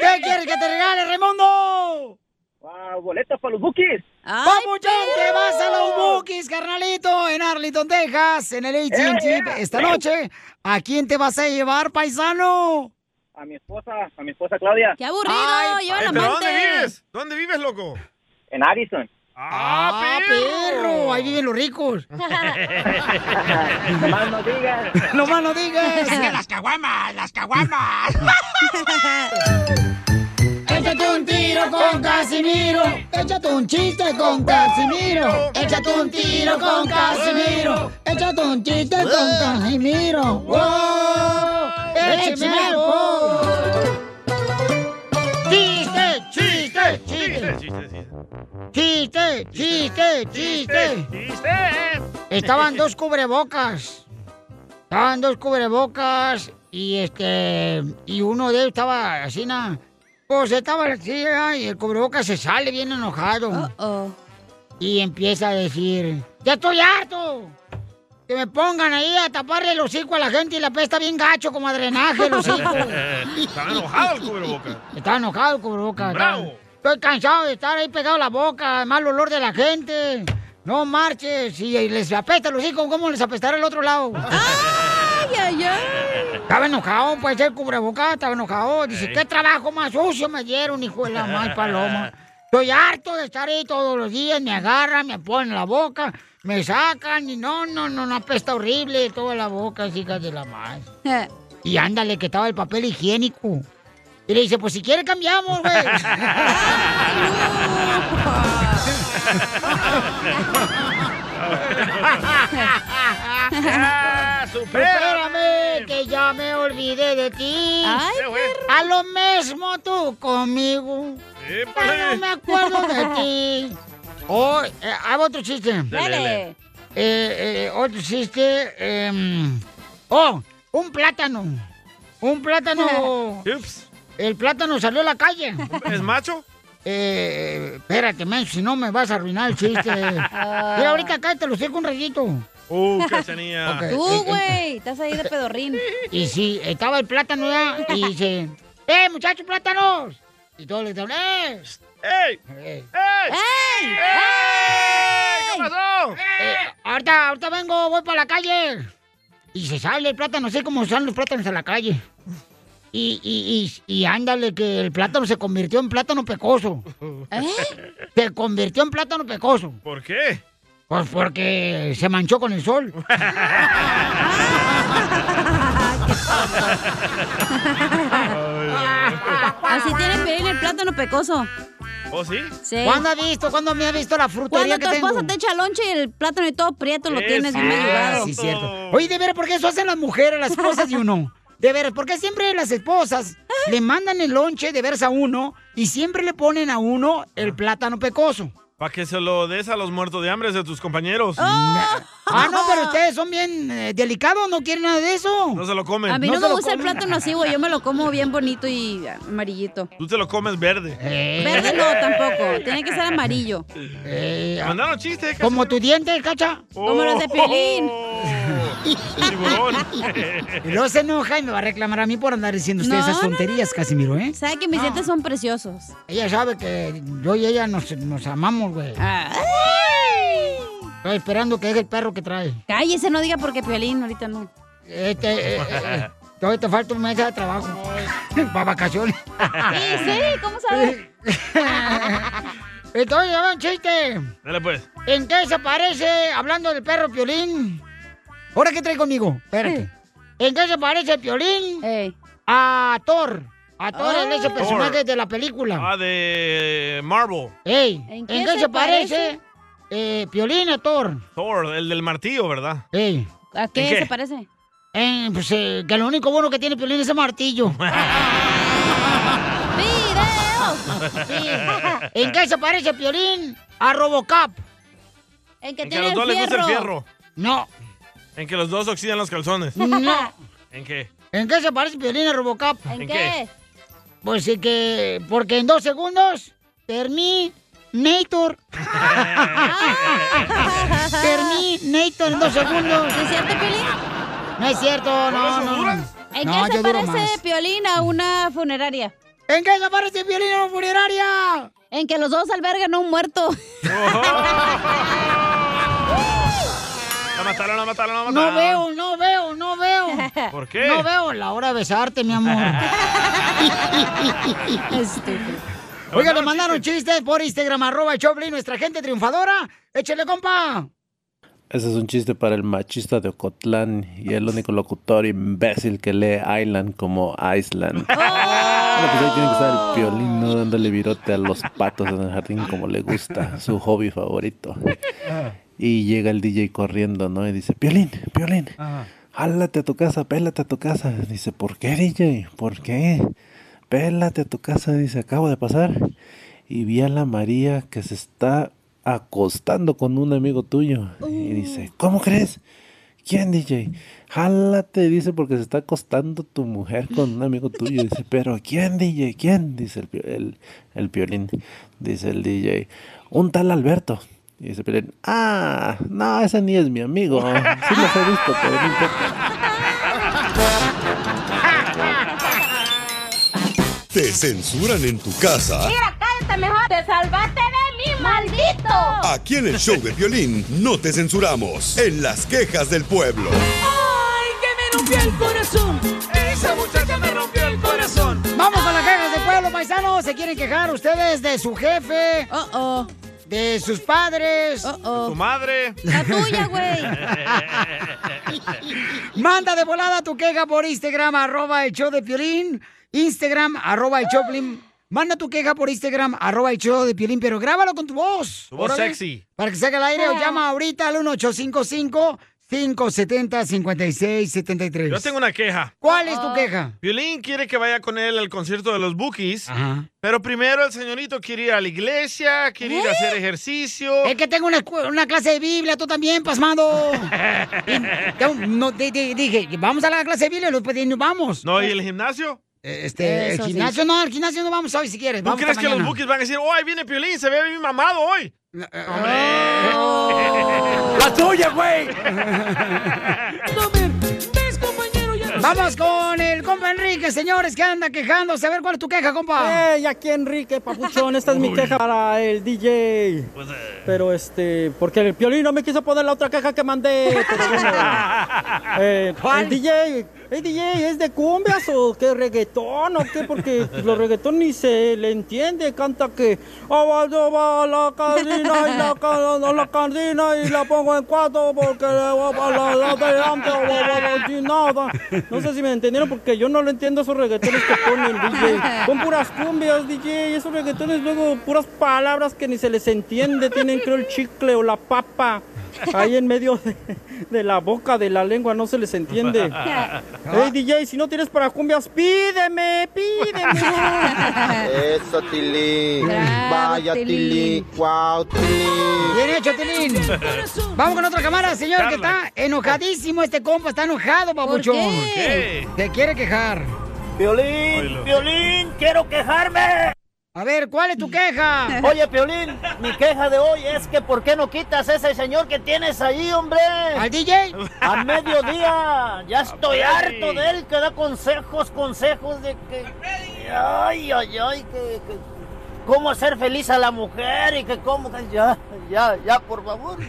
S3: ¿Qué quieres que te regale, Raimundo?
S13: Ah, boletos para los bookies.
S3: ¡Papuchón, te vas a los Bookies, carnalito! En Arlington, Texas, en el AT&T,
S13: Eh, eh.
S3: esta noche. ¿A quién te vas a llevar, paisano?
S13: A mi esposa, a mi esposa Claudia. Ah,
S4: ¡Qué aburrido!
S3: Ay,
S4: lleva
S3: ay,
S4: la
S3: pero
S4: amante.
S3: ¿dónde vives?
S2: ¿Dónde vives, loco?
S13: En Addison.
S3: ¡Ah, perro! Ahí viven los ricos.
S13: Nomás no digas.
S3: (laughs) ¡No más no digas!
S13: Las
S3: caguamas! ¡Las caguamas! (laughs) Échate un tiro con Casimiro. Échate un chiste con Casimiro. Échate un tiro con Casimiro. Échate un chiste con Casimiro. ¡Wow! ¡Échame alcohol! ¡Chiste, chiste, chiste! ¡Chiste, chiste, chiste! Estaban dos cubrebocas. Estaban dos cubrebocas y este y uno de ellos estaba así na. Pues estaba así ah, y el cubrebocas se sale bien enojado. Y empieza a decir, "Ya estoy harto. Que me pongan ahí a taparle el hocico a la gente y la pesta bien gacho como a drenaje el
S1: (laughs)
S3: hocico."
S2: (laughs) Estaba enojado el cubreboca.
S3: Estaba enojado el cubrebocas.
S2: Bravo.
S3: estaba- Estoy cansado de estar ahí pegado a la boca, el mal olor de la gente. No marches y les apesta el hocico, ¿cómo les apestará el otro lado? ¡Ay, ay, ay! Estaba enojado, puede ser cubrebocas, estaba enojado. Dice,
S1: Ey.
S3: ¿qué trabajo más sucio me dieron, hijo de la mal
S2: (laughs)
S3: paloma? Estoy harto de estar ahí todos los días, me agarran, me ponen la boca, me sacan y no, no, no, una pesta horrible toda la boca, hijas de la mal. (laughs) Y ándale, que estaba el papel higiénico. Y le dice, pues si quiere cambiamos, güey.
S1: (laughs)
S3: (laughs)
S1: ¡Ya,
S3: Supérame, que ya me olvidé de ti.
S1: Ay, Se fue.
S3: a lo
S1: (laughs)
S3: mismo tú conmigo. Ya no me acuerdo de ti. Oh, eh, hago otro chiste.
S1: Dale, dale.
S3: Eh, eh, otro chiste. em, oh, un plátano. Un
S2: (laughs)
S3: plátano. El plátano salió a la calle.
S2: ¿Es macho?
S3: Eh, espérate, men, si no me vas a arruinar el
S2: (laughs)
S3: chiste. Mira, ahorita acá te lo seco un ratito.
S2: Uh, cachanilla.
S3: (laughs) Ok,
S4: Tú,
S3: eh,
S4: güey, estás ahí de
S3: (laughs)
S4: pedorrín. (laughs)
S3: Y sí, estaba el plátano ya y dice, ¡eh, muchachos, plátanos! Y todos le dicen, ¡eh!
S2: ¡Ey!
S3: ¡Ey!
S2: ¡Ey!
S3: ¿Qué pasó? Eh, ahorita, ahorita vengo, voy para la calle. Y se sale el plátano, sé cómo salen los plátanos a la calle. Y, y, y, y ándale, que el plátano se convirtió en plátano pecoso.
S4: ¿Eh?
S3: Se convirtió en plátano pecoso.
S2: ¿Por qué?
S3: Pues porque se manchó con el sol.
S4: Así tiene Piolín el plátano pecoso.
S2: ¿Oh, sí?
S4: Sí.
S3: ¿Cuándo ha visto? ¿Cuándo me ha visto la frutería
S4: Cuando
S3: que
S4: tu
S3: tengo?
S4: esposa te echa lonche y el plátano y todo prieto lo tienes bien
S3: Ah,
S4: madurado.
S3: sí, cierto. Oye, de veras, ¿por qué eso hacen las mujeres, las esposas de uno? De veras, ¿por qué siempre las esposas le mandan el lonche de veras a uno y siempre le ponen a uno el plátano pecoso?
S2: Para que se lo des a los muertos de hambre de tus compañeros.
S4: Oh.
S3: Ah, no, pero ustedes son bien eh, delicados, no quieren nada de eso.
S2: No se lo comen.
S4: A mí no, me gusta el plátano así, güey. Yo me lo como bien bonito y amarillito.
S2: Tú te lo comes verde.
S3: Eh.
S4: Verde no, tampoco. Tiene que ser amarillo.
S2: Eh. Mandaron chistes.
S3: Como tu diente, cacha.
S4: Como los de Pelín.
S3: Y luego se enoja y me va a reclamar a mí por andar diciendo ustedes
S4: No,
S3: esas
S4: no,
S3: tonterías, Casimiro, ¿eh?
S4: Sabe que mis dientes son preciosos.
S3: Ella sabe que yo y ella nos, nos amamos, güey.
S4: Ah.
S3: Estoy esperando que deje el perro que trae.
S4: Cállese, no diga porque Piolín ahorita no.
S3: Este, eh, eh, eh, todavía te falta un mes de trabajo. Para vacaciones.
S4: Sí, sí, ¿cómo sabes?
S3: (laughs) Entonces, ya va un chiste.
S2: Dale, pues.
S3: ¿En qué se parece, hablando del perro Piolín? ¿Ahora qué trae conmigo? (laughs) Espérate. ¿En qué se parece Piolín a Thor? A Thor,
S2: Ah.
S3: el ese personaje
S2: Thor.
S3: de la película.
S2: Ah, de Marvel.
S3: Ey, ¿en qué, se, parece, eh, Piolín a Thor?
S2: Thor, el del martillo, ¿verdad?
S3: Ey.
S4: ¿A
S2: qué ¿En qué? se
S4: parece?
S3: Eh, pues eh, que lo único bueno que tiene Piolín es el
S2: (laughs)
S3: martillo. ¡Video! ¿En qué se parece Piolín a Robocop?
S4: En que
S2: En que a los dos les gusta el fierro.
S3: No.
S2: En que los dos oxidan los calzones.
S3: No.
S2: ¿En qué? (laughs)
S3: ¿En qué se parece Piolín a Robocop?
S2: ¿En ¿En qué? qué?
S3: Pues sí que... Porque en dos segundos...
S2: (laughs)
S3: Terminator. (laughs) Terminator en dos segundos.
S4: ¿Es cierto, Piolín?
S3: No es cierto, no, no.
S4: ¿En
S3: No,
S4: qué se
S3: yo duro
S4: parece
S3: más.
S4: Piolín a una funeraria?
S3: ¿En qué se parece Piolín a una funeraria?
S4: En que los dos albergan a un muerto.
S2: Oh.
S3: (laughs)
S2: La mataron, la mataron, la
S3: No
S2: mataron.
S3: veo, no veo, no veo.
S2: (laughs) ¿Por qué?
S3: No veo la hora de besarte, mi
S4: (laughs)
S3: amor.
S4: Estúpido.
S3: Oiga, le mandaron chistes por Instagram, arroba el Choplin, nuestra gente triunfadora. Échale, compa.
S14: Ese es un chiste para el machista de Ocotlán y el único locutor imbécil que lee Island como Island. Bueno, pues ahí tiene que estar el piolín ¿no? dándole virote a los patos en el jardín como le gusta, su hobby favorito. Y llega el DJ corriendo, ¿no? Y dice, Piolín, Piolín, jálate a tu casa, pélate a tu casa. Dice, ¿por qué, DJ? ¿Por qué? Pélate a tu casa, dice, acabo de pasar. Y vi a la María que se está acostando con un amigo tuyo. Y dice, ¿cómo crees? ¿Quién, DJ? Jálate, dice, porque se está acostando tu mujer con un amigo tuyo. Dice, pero ¿quién, DJ? ¿Quién? Dice el, pio- el, el piolín. Dice el DJ, un tal Alberto. Y dice el piolín, ah, no, ese ni es mi amigo. Sí los he visto, pero no importa.
S2: (laughs)
S3: (laughs)
S6: Te censuran en tu casa.
S7: cállate mejor. Te salvaste de mí, maldito.
S6: Aquí en el show de violín no te censuramos. En las quejas del pueblo.
S1: ¡Ay, que me rompió el corazón! ¡Esa muchacha me rompió el corazón!
S3: Vamos con las cajas de pueblo, paisanos. Se quieren quejar ustedes de su jefe. De sus padres.
S2: Tu madre.
S3: La tuya, (laughs)
S1: (laughs)
S3: Manda de volada tu queja por Instagram, arroba el show de Piolín. Instagram, arroba el Choplin. Manda tu queja por Instagram, arroba el show de Piolín, pero grábalo con tu voz.
S2: Tu voz
S3: órale,
S2: sexy.
S3: Para que salga al aire o llama ahorita al 1855 570-5673.
S2: Yo tengo una queja.
S3: Pues, ¿Cuál es tu queja?
S2: Violín quiere que vaya con él al concierto de los Bookies, pero primero el señorito quiere ir a la iglesia, quiere ir a hacer ejercicio.
S3: ¿Eh? Es que tengo una, escu- una clase de Biblia, tú también,
S2: (laughs)
S3: pasmado. Y tengo- no, di- di- dije, vamos a la clase de Biblia, después dije, vamos.
S2: No, ¿y el gimnasio?
S3: Este, el gimnasio no, al gimnasio no vamos hoy si quieres.
S2: ¿Tú
S3: vamos
S2: crees
S3: hasta
S2: que los
S3: mañana.
S2: Bookies van a decir, oh, ahí viene Piolín, se ve bien mamado hoy?
S3: eh,
S2: (laughs)
S3: ¡La tuya, (laughs) güey! Vamos con el compa Enrique, señores, que anda quejándose. A ver cuál es tu queja, compa.
S15: ¡Ey, aquí Enrique, papuchón! Esta es mi queja para el DJ. Pero este, porque el piolín no me quiso poner la otra caja que mandé. pero bueno. Eh, el DJ, el DJ, ¿es de cumbias o qué reggaetón o qué? Porque los reggaetón ni se le entiende. Canta que. "Oh, "Abadoba la cardina y la, ca- la cardina y la pongo en cuatro porque le voy a la, la de antes, o la- la de nada". No sé si me entendieron porque yo no lo entiendo esos reggaetones que pone el DJ. Son puras cumbias, DJ. Esos reggaetones luego puras palabras que ni se les entiende. Tienen creo el chicle o la papa ahí en medio de, de la boca, de la lengua, no se les entiende. Hey DJ, si no tienes para cumbias, pídeme, pídeme.
S8: Eso, Tilín. Vaya, Tilín. Wow, Tilín.
S3: (laughs) Bien hecho, Tilín. Vamos con otra cámara, señor, que está enojadísimo este compa. Está enojado, papuchón.
S15: qué?
S3: Te quiere quejar.
S15: Violín, Violín, quiero quejarme.
S3: A ver, ¿cuál es
S15: (laughs)
S3: tu queja?
S15: (laughs) Oye, Piolín, mi queja de hoy es que ¿por qué no quitas a ese señor que tienes ahí, hombre?
S3: ¿Al DJ?
S15: A mediodía. Ya estoy harto de él que da consejos, consejos de que... Ay, ay, ay, que... que- ¿Cómo hacer feliz a la mujer y que cómo... que- Ya, ya, ya, por favor,
S3: (laughs)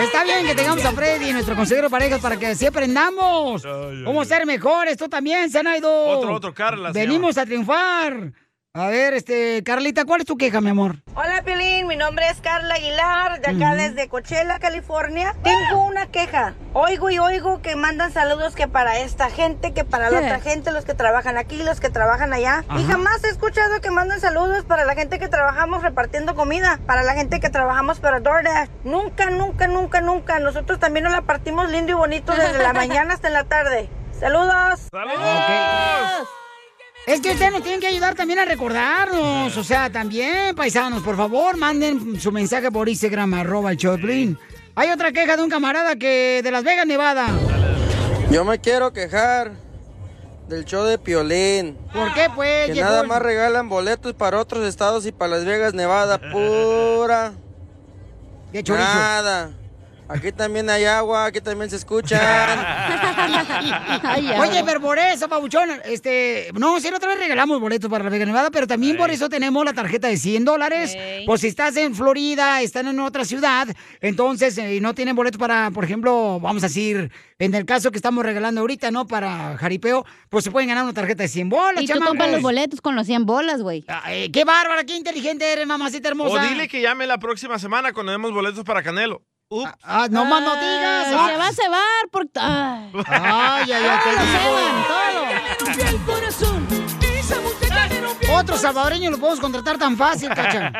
S3: Está bien que tengamos a Freddy, nuestro consejero de parejas, para que así aprendamos. Cómo ser mejores, tú también, Zanaido.
S2: Otro, otro, Carla se
S3: Venimos a triunfar. A ver, este, Carlita, ¿cuál es tu queja, mi amor?
S16: Hola Pelín, mi nombre es Carla Aguilar, de acá
S3: Ujú.
S16: desde Coachella, California. Tengo una queja. Oigo y oigo que mandan saludos que para esta gente, que para la
S17: Sí.
S16: otra gente, los que trabajan aquí, los que trabajan allá. Y
S17: Ajá.
S16: jamás he escuchado que mandan saludos para la gente que trabajamos repartiendo comida, para la gente que trabajamos para DoorDash. Nunca, nunca, nunca, nunca. Nosotros también nos la partimos lindo y bonito desde la mañana hasta en la tarde. Saludos.
S3: Ok. Es que ustedes nos tienen que ayudar también a recordarnos. O sea, también, paisanos, por favor, manden su mensaje por Instagram, arroba el Choplin. Hay otra queja de un camarada que de Las Vegas,
S4: (laughs)
S3: Nevada.
S18: Yo me quiero quejar del show de Piolín.
S3: ¿Por qué, pues?
S18: Que
S3: llegó
S18: nada
S3: el-
S18: más regalan boletos para otros estados y para Las Vegas,
S3: (laughs)
S18: Nevada, pura.
S3: De
S18: hecho
S3: chorizo.
S18: Nada. Aquí también hay agua, aquí también se
S3: (laughs)
S18: escuchan.
S3: Oye, pero por eso, Pabuchón, este, no, si la otra vez regalamos boletos para la Vega Nevada, pero también por eso tenemos la tarjeta de 100 dólares. Pues si estás en Florida, están en otra ciudad, entonces eh, y no tienen boletos para, por ejemplo, vamos a decir, en el caso que estamos regalando ahorita, ¿no? Para jaripeo, pues se pueden ganar una tarjeta de 100 bolas,
S4: Y tú compras los
S3: chamacos.
S4: boletos con los 100 bolas, güey.
S3: ¡Qué bárbara, qué inteligente eres, mamacita
S2: O
S3: hermosa!
S2: Oh, dile que llame la próxima semana cuando demos boletos para Canelo. Ups.
S3: Ah, no más no digas.
S4: Ah, se va a cebar por... Ay,
S3: Ay, ay, ay, te
S4: Lo
S3: digo.
S4: ceban, todo.
S3: Otro salvadoreño lo podemos contratar tan fácil,
S2: (laughs)
S3: cacha.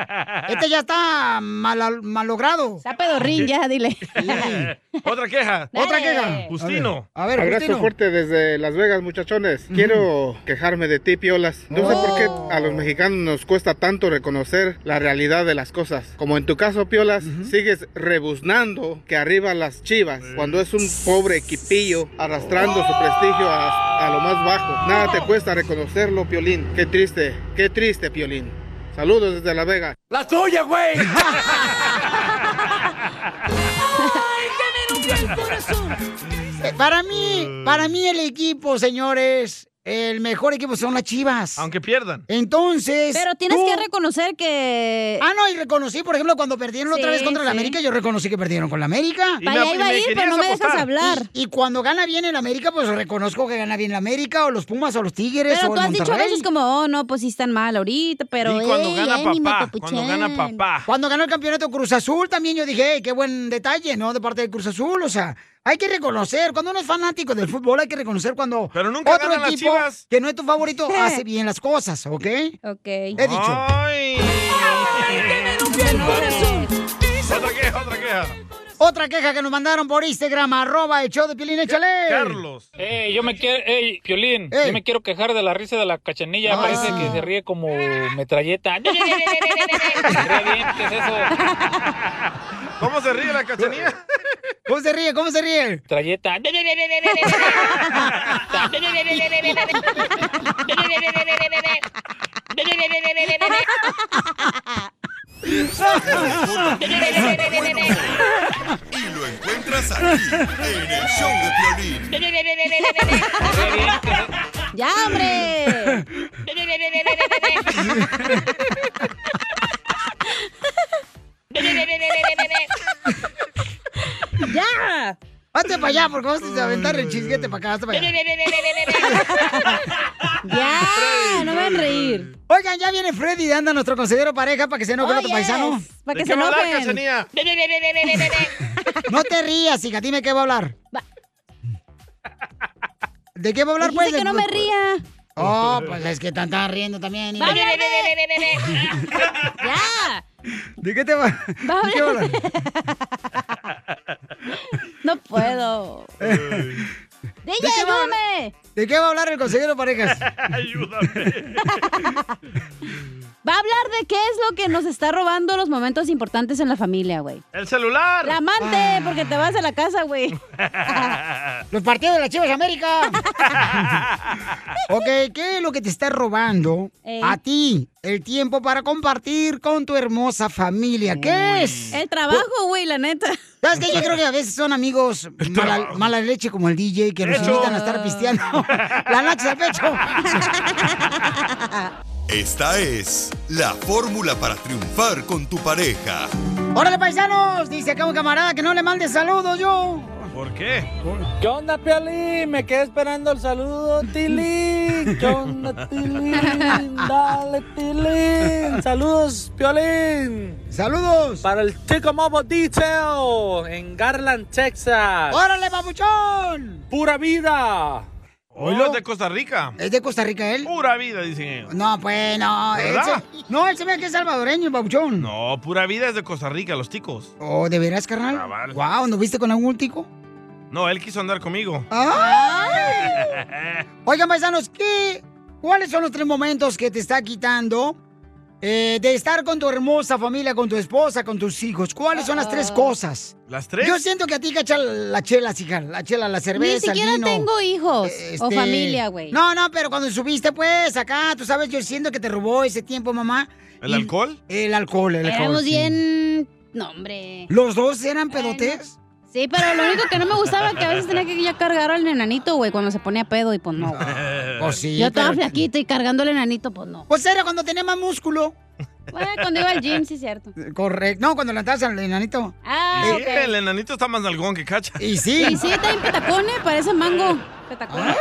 S3: Este ya está mal, malogrado. Está
S4: pedorrín ya, dile.
S2: (laughs) Otra queja.
S3: Otra queja.
S2: Justino.
S3: A ver,
S19: Abrazo
S3: Justino.
S19: fuerte desde Las Vegas, muchachones. Quiero quejarme de ti, Piolas. No sé por
S3: Oh.
S19: qué a los mexicanos nos cuesta tanto reconocer la realidad de las cosas. Como en tu caso, Piolas, sigues rebuznando que arriba las chivas, cuando es un pobre equipillo arrastrando su prestigio a, a lo más bajo. Nada te cuesta reconocerlo, Piolín. Qué triste, qué triste, Piolín. Saludos desde Las Vegas. ¡La tuya, güey!
S3: (laughs) Eh, Para mí, para mí el equipo, señores, el mejor equipo son las Chivas.
S2: Aunque pierdan.
S3: Entonces.
S4: Pero tienes
S3: tú-
S4: que reconocer que...
S3: Ah, no, y reconocí, por ejemplo, cuando perdieron otra
S4: Sí,
S3: vez contra la
S4: sí.
S3: América, yo reconocí que perdieron con la América.
S4: Y Para me- allá iba y me a ir, pero no me querías dejas apostar. hablar.
S3: Y, y cuando gana bien el América, pues reconozco que gana bien el América, o los Pumas, o los Tigres,
S4: Pero
S3: o
S4: tú
S3: el
S4: has dicho a
S3: Monterrey.
S4: veces como, oh, no, pues sí están mal ahorita, pero...
S3: Y cuando
S4: ey,
S3: gana
S4: ánimo,
S3: papá,
S4: papuchón.
S2: Cuando gana papá.
S3: Cuando ganó el campeonato Cruz Azul también yo dije, "Ey, qué buen detalle, ¿no? De parte de Cruz Azul, o sea, hay que reconocer, cuando uno es fanático del fútbol, hay que reconocer cuando
S2: Pero nunca
S3: otro
S2: ganan las
S3: equipo
S2: Chivas.
S3: que no es tu
S4: (laughs)
S3: favorito hace bien las cosas, ¿ok?
S2: Ah.
S4: Ok.
S3: He dicho.
S2: Ay. Otra queja, otra queja.
S3: Otra queja que nos mandaron por Instagram, arroba el show de Piolín, échale.
S4: (laughs)
S2: Carlos.
S17: Ey, yo me quiero, ey, Piolín, yo me quiero quejar de la risa de la cachanilla,
S11: Ah.
S17: parece que se ríe como metralleta. Se ríe bien, ¿qué es eso?
S2: ¿Cómo se ríe la cachanilla?
S3: ¿Cómo se ríe? ¿Cómo se ríe?
S17: Trayeta.
S6: Y lo encuentras aquí, en el show de violín.
S4: ¡Ya, hombre!
S3: ¡Ya! Hazte para allá, porque vamos a aventar el chisguete para acá, hazte para allá. ¡Ya!
S4: no me hagan reír.
S3: Oigan, ya viene Freddy de Anda, nuestro consejero pareja, para que se enoje el
S4: Oh,
S3: otro
S4: yes,
S3: paisano.
S4: para que ¿De se qué va a hablar, enojen. (laughs) Cachanilla?
S3: No te rías, hija, dime qué va a hablar. ¿De qué va a hablar,
S4: Dijiste
S3: pues?
S4: que no me ría.
S3: Oh, pues es que te andas riendo también.
S4: Va a hablar
S3: ¿De qué te va?
S4: Va a
S3: ¿De qué va a
S4: hablar.
S3: hablar?
S4: No puedo.
S3: (laughs) ¿De
S4: DJ,
S3: qué va a hablar?
S4: ayúdame.
S3: ¿De qué va a hablar el consejero parejas?
S4: (laughs) Va a hablar de qué es lo que nos está robando los momentos importantes en la familia, güey.
S2: ¡El celular!
S4: La amante, porque te vas a la casa, güey.
S3: Ah. (laughs) Los partidos de las Chivas
S4: (laughs)
S3: América. ok, ¿qué es lo que te está robando
S4: Ey.
S3: a ti el tiempo para compartir con tu hermosa familia? ¿Qué es? Pues,
S4: El trabajo, güey, la neta.
S3: ¿Sabes qué? Yo creo que a veces son amigos
S4: (laughs)
S3: mala, mala leche como el DJ que nos
S4: Eso.
S3: invitan a estar pisteando (laughs) la noche al
S4: (laughs)
S3: pecho.
S6: Esta es la fórmula para triunfar con tu pareja.
S3: ¡Órale, paisanos! Dice acá un camarada que no le mande saludos yo.
S2: ¿Por qué?
S17: ¿Qué onda, Pioli? Me quedé esperando el saludo,
S15: (laughs)
S17: Tilín. ¿Qué onda, Tilín? Dale, Tilín. Saludos, Piolín.
S3: Saludos.
S17: Para el Chico Mobo Detail en Garland, Texas.
S3: ¡Órale, papuchón!
S17: ¡Pura vida!
S2: Hoy
S3: Oh.
S2: es de Costa Rica.
S3: ¿Es de Costa Rica él?
S2: Pura vida, dicen ellos.
S3: No, pues no. él
S2: ¿Verdad?
S3: se- no, él se ve que es salvadoreño, el papuchón.
S2: No, pura vida es de Costa Rica, los ticos.
S3: Oh, ¿de veras, carnal?
S2: Cabal.
S3: Wow, ¿no viste con algún tico?
S2: No, él quiso andar conmigo.
S3: ¡Ay!
S2: (laughs)
S3: Oigan, paisanos, ¿qué, ¿cuáles son los tres momentos que te está quitando eh, de estar con tu hermosa familia, con tu esposa, con tus hijos? ¿Cuáles son las
S4: Ah.
S3: tres cosas?
S2: ¿Las tres?
S3: Yo siento que a ti, cacha, la chela, hija, la chela, la cerveza,
S4: Ni
S3: el
S4: siquiera
S3: vino.
S4: tengo hijos o
S3: Este,
S4: familia, güey.
S3: No, no, pero cuando subiste, pues, acá, tú sabes, yo siento que te robó ese tiempo, mamá.
S2: ¿El
S3: Y-
S2: alcohol?
S3: El alcohol, el alcohol.
S4: Éramos
S3: sí.
S4: bien... No, hombre.
S3: ¿Los dos eran pedotes?
S4: Sí, pero lo único que no me gustaba que a veces tenía que ya cargar al enanito, güey, cuando se ponía pedo y pues
S17: (laughs)
S4: no. güey.
S3: Pues sí,
S4: Yo estaba
S3: pero-
S4: flaquito y cargando al enanito, pues no.
S3: Pues era cuando tenía más músculo.
S4: Bueno, cuando iba al gym, sí, cierto.
S3: Correcto. No, cuando levantabas al enanito.
S4: Ah,
S2: Sí,
S4: ok.
S2: El enanito está más nalgón que cacha.
S3: Y
S4: Y sí, está en petacones, parece mango. Petacones.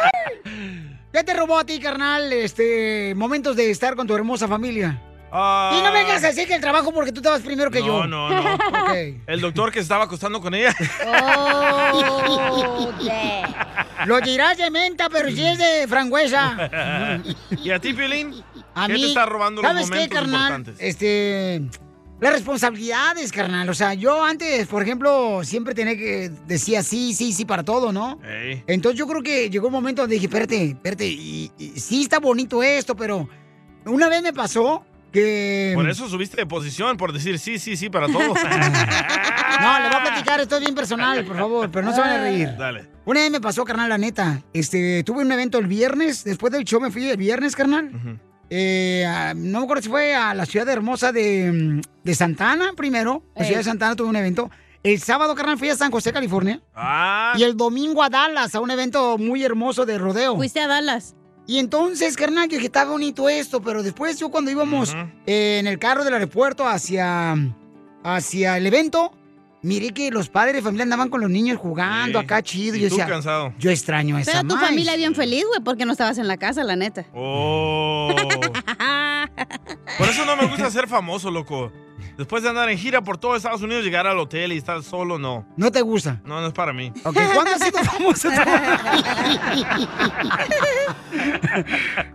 S3: ¿Qué te robó a ti, carnal, este, momentos de estar con tu hermosa familia?
S2: Ah,
S3: Y no me vengas a decir que el trabajo porque tú te vas primero que yo.
S2: No, no, no.
S3: (laughs) Ok.
S2: El doctor que se estaba acostando con ella.
S4: Oh,
S3: (laughs) Lo girás de menta, pero si es de frangüesa.
S2: (laughs) ¿Y a ti, Piolín?
S3: A
S2: ¿Qué
S3: mí,
S2: te está robando los
S3: ¿sabes
S2: momentos
S3: qué, carnal?
S2: importantes?
S3: Este, las responsabilidades, carnal. O sea, yo antes, por ejemplo, siempre tenía que decía sí, sí, sí para todo, ¿no?
S2: Ey.
S3: Entonces yo creo que llegó un momento donde dije, espérate, espérate, y, y sí está bonito esto, pero una vez me pasó que...
S2: Por eso subiste de posición, por decir sí, sí, sí para
S3: (laughs)
S2: todo.
S3: No, le voy a platicar, esto es bien personal, por favor, pero no se van a reír.
S2: (laughs) Dale.
S3: Una vez me pasó, carnal, la neta. Este, tuve un evento el viernes, después del show me fui el viernes, carnal. Eh, a- no me acuerdo si fue a la ciudad hermosa de, mm, de Santana primero. La
S2: Ey.
S3: ciudad de Santana tuve un evento. El sábado, carnal, fui a San José, California.
S2: Ah,
S3: Y el domingo a Dallas, a un evento muy hermoso de rodeo.
S4: Fuiste a Dallas.
S3: Y entonces, carnal, yo dije, está bonito esto, pero después yo cuando íbamos eh, en el carro del aeropuerto hacia, hacia el evento, miré que los padres de familia andaban con los niños jugando
S2: Sí.
S3: acá chido.
S2: Y
S3: yo
S2: tú
S3: decía,
S2: cansado.
S3: yo extraño a esa
S4: Pero tu
S3: madre".
S4: familia bien feliz, güey, porque no estabas en la casa, la neta.
S2: Oh. Por eso no me gusta ser famoso, loco. Después de andar en gira por todo Estados Unidos, llegar al hotel y estar solo, no.
S3: ¿No te gusta?
S2: No, no es para mí.
S3: Ok, ¿cuándo has sido famoso?
S4: (laughs)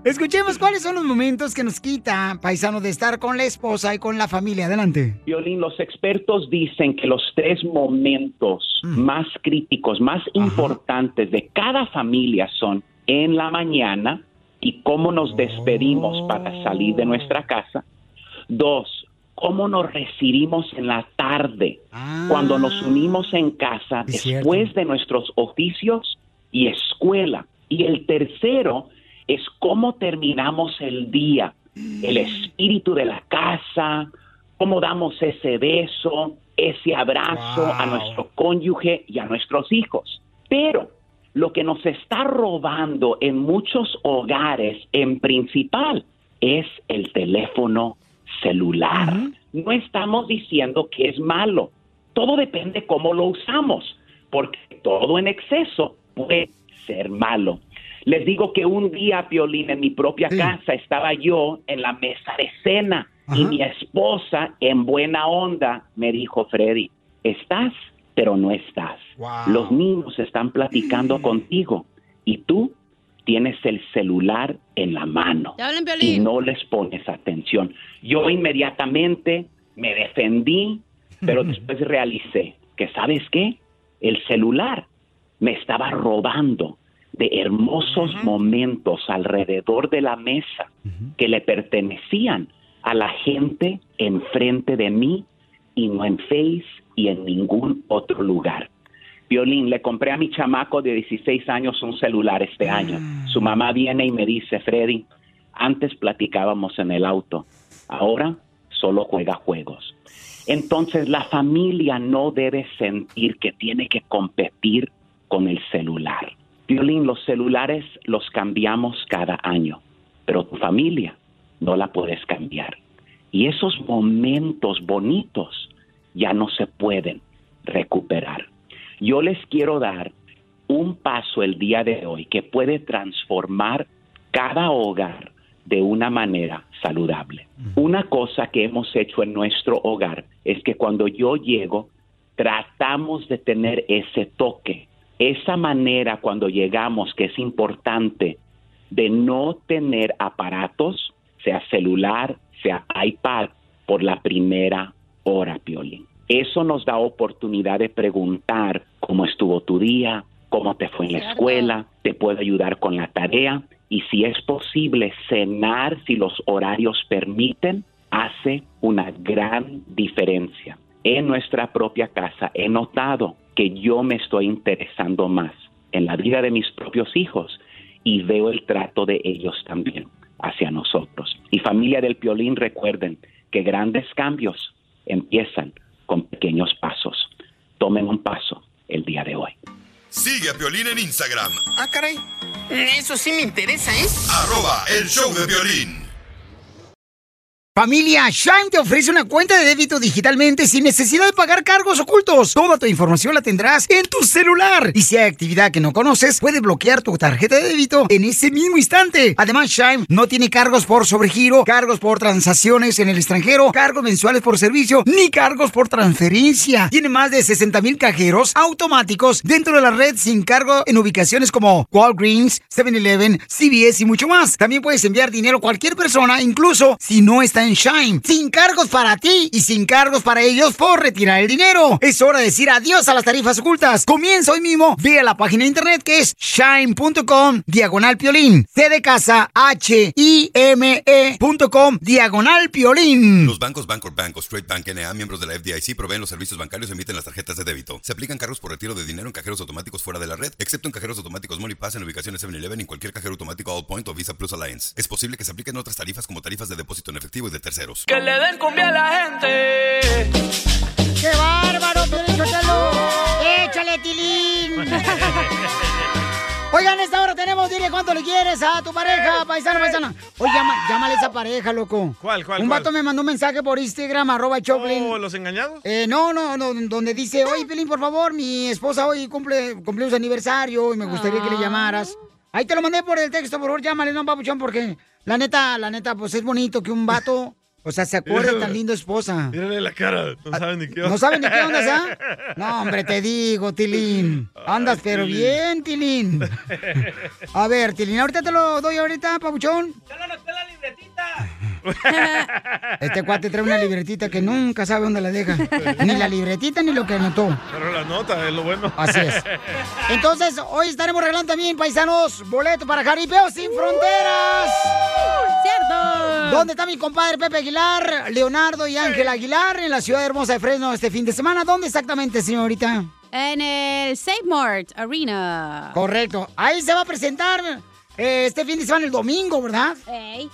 S3: Escuchemos cuáles son los momentos que nos quita, paisano, de estar con la esposa y con la familia. Adelante.
S20: Violín, los expertos dicen que los tres momentos más críticos, más importantes de cada familia son en la mañana y cómo nos despedimos para salir de nuestra casa. Dos, cómo nos recibimos en la tarde, cuando nos unimos en casa después de nuestros oficios y escuela. Y el tercero es cómo terminamos el día, el espíritu de la casa, cómo damos ese beso, ese abrazo a nuestro cónyuge y a nuestros hijos. Pero lo que nos está robando en muchos hogares, en principal, es el teléfono celular. No estamos diciendo que es malo. Todo depende cómo lo usamos, porque todo en exceso puede ser malo. Les digo que un día, Piolín, en mi propia casa estaba yo en la mesa de cena y mi esposa, en buena onda, me dijo, Freddy, estás, pero no estás. Los niños están platicando contigo y tú tienes el celular en la mano
S4: Te hablan,
S20: y
S4: Piolín.
S20: no les pones atención. Yo inmediatamente me defendí, pero después realicé que, ¿sabes qué? El celular me estaba robando de hermosos momentos alrededor de la mesa que le pertenecían a la gente enfrente de mí y no en Face y en ningún otro lugar. Violín, le compré a mi chamaco de 16 años un celular este año. Su mamá viene y me dice, Freddy, antes platicábamos en el auto, ahora solo juega juegos. Entonces la familia no debe sentir que tiene que competir con el celular. Violín, los celulares los cambiamos cada año, pero tu familia no la puedes cambiar. Y esos momentos bonitos ya no se pueden recuperar. Yo les quiero dar un paso el día de hoy que puede transformar cada hogar de una manera saludable. Una cosa que hemos hecho en nuestro hogar es que cuando yo llego, tratamos de tener ese toque, esa manera cuando llegamos que es importante de no tener aparatos, sea celular, sea iPad, por la primera hora, Piolín. Eso nos da oportunidad de preguntar cómo estuvo tu día, cómo te fue en la escuela, te puedo ayudar con la tarea y si es posible cenar, si los horarios permiten, hace una gran diferencia. En nuestra propia casa he notado que yo me estoy interesando más en la vida de mis propios hijos y veo el trato de ellos también hacia nosotros. Y familia del Piolín, recuerden que grandes cambios empiezan con pequeños pasos. Tomen un paso el día de hoy.
S6: Sigue a Piolín en Instagram,
S21: Ah, caray. Eso sí me interesa, ¿eh?
S6: arroba el show de violín.
S3: Familia, Shine te ofrece una cuenta de débito digitalmente sin necesidad de pagar cargos ocultos. Toda tu información la tendrás en tu celular. Y si hay actividad que no conoces, puedes bloquear tu tarjeta de débito en ese mismo instante. Además, Shine no tiene cargos por sobregiro, cargos por transacciones en el extranjero, cargos mensuales por servicio, ni cargos por transferencia. Tiene más de 60 mil cajeros automáticos dentro de la red sin cargo en ubicaciones como Walgreens, 7-Eleven, CVS y mucho más. También puedes enviar dinero a cualquier persona, incluso si no está en Shine. Sin cargos para ti y sin cargos para ellos por retirar el dinero. Es hora de decir adiós a las tarifas ocultas. Comienza hoy mismo vía la página de internet que es shine.com diagonal piolín. C de casa H I M E.com diagonal piolín.
S6: Los bancos Bancorp Bank o Straight Bank NA, miembros de la FDIC, proveen los servicios bancarios y emiten las tarjetas de débito. Se aplican cargos por retiro de dinero en cajeros automáticos fuera de la red, excepto en cajeros automáticos MoneyPass en ubicaciones 7-Eleven y en cualquier cajero automático Allpoint o Visa Plus Alliance. Es posible que se apliquen otras tarifas como tarifas de depósito en efectivo y de terceros.
S21: Que le den cumbia a la gente.
S3: ¡Qué (laughs) bárbaro, Piolín Sotelo! ¡Échale, Tilín! Oigan, esta hora tenemos, dile cuánto le quieres a tu pareja, paisano, paisana. Oye, llama- llámale a esa pareja, loco.
S2: (laughs) Eh, ¿Cuál, cuál,
S3: Un
S2: cuál?
S3: vato me mandó un mensaje por Instagram, arroba Choplin.
S2: ¿O los engañados?
S3: Eh, no, no, no, donde dice, oye, Pelín, por favor, mi esposa hoy cumple, cumplió su aniversario y me gustaría
S2: Ah.
S3: que le llamaras. Ahí te lo mandé por el texto, por favor, llámale, no, papuchón, porque la neta, la neta, pues es bonito que un vato O sea, se acuerda
S2: (laughs)
S3: de tan lindo esposa.
S2: Mírale la
S3: Ah.
S2: cara, no saben ni qué
S3: ¿No saben ni qué onda, ¿sabes? No, hombre, te digo, Tilín. Andas pero
S2: Tilín.
S3: bien, Tilín. A ver, Tilín, ahorita te lo doy ahorita, papuchón. Este cuate trae una libretita que nunca sabe dónde la deja. Ni la libretita ni lo que anotó.
S2: Pero la nota es lo bueno.
S3: Así es.
S2: (laughs)
S3: Entonces, hoy estaremos regalando también, paisanos, boleto para Jaripeo Sin Fronteras.
S4: ¡Cierto!
S3: ¿Dónde está mi compadre Pepe Aguilar, Leonardo y Ángel Aguilar en la ciudad hermosa de Fresno este fin de semana? ¿Dónde exactamente, señorita?
S4: En el Save Mart Arena.
S3: Correcto. Ahí se va a presentar eh, este fin de semana, el domingo, ¿verdad?
S4: Ey.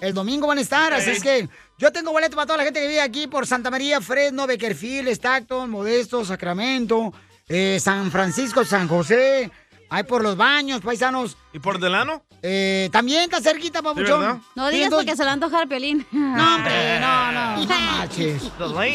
S3: El domingo van a estar, así
S4: Ey.
S3: es que yo tengo boleto para toda la gente que vive aquí por Santa María, Fresno, Beckerfield, Stockton, Modesto, Sacramento, eh, San Francisco, San José. Ahí por los baños, paisanos.
S2: ¿Y por Delano?
S3: Eh, también está cerquita,
S2: verdad?
S3: papuchón.
S4: No digas porque se la antoja Ah, a Piolín.
S3: No, hombre, no, no. No
S2: (laughs)
S3: marches.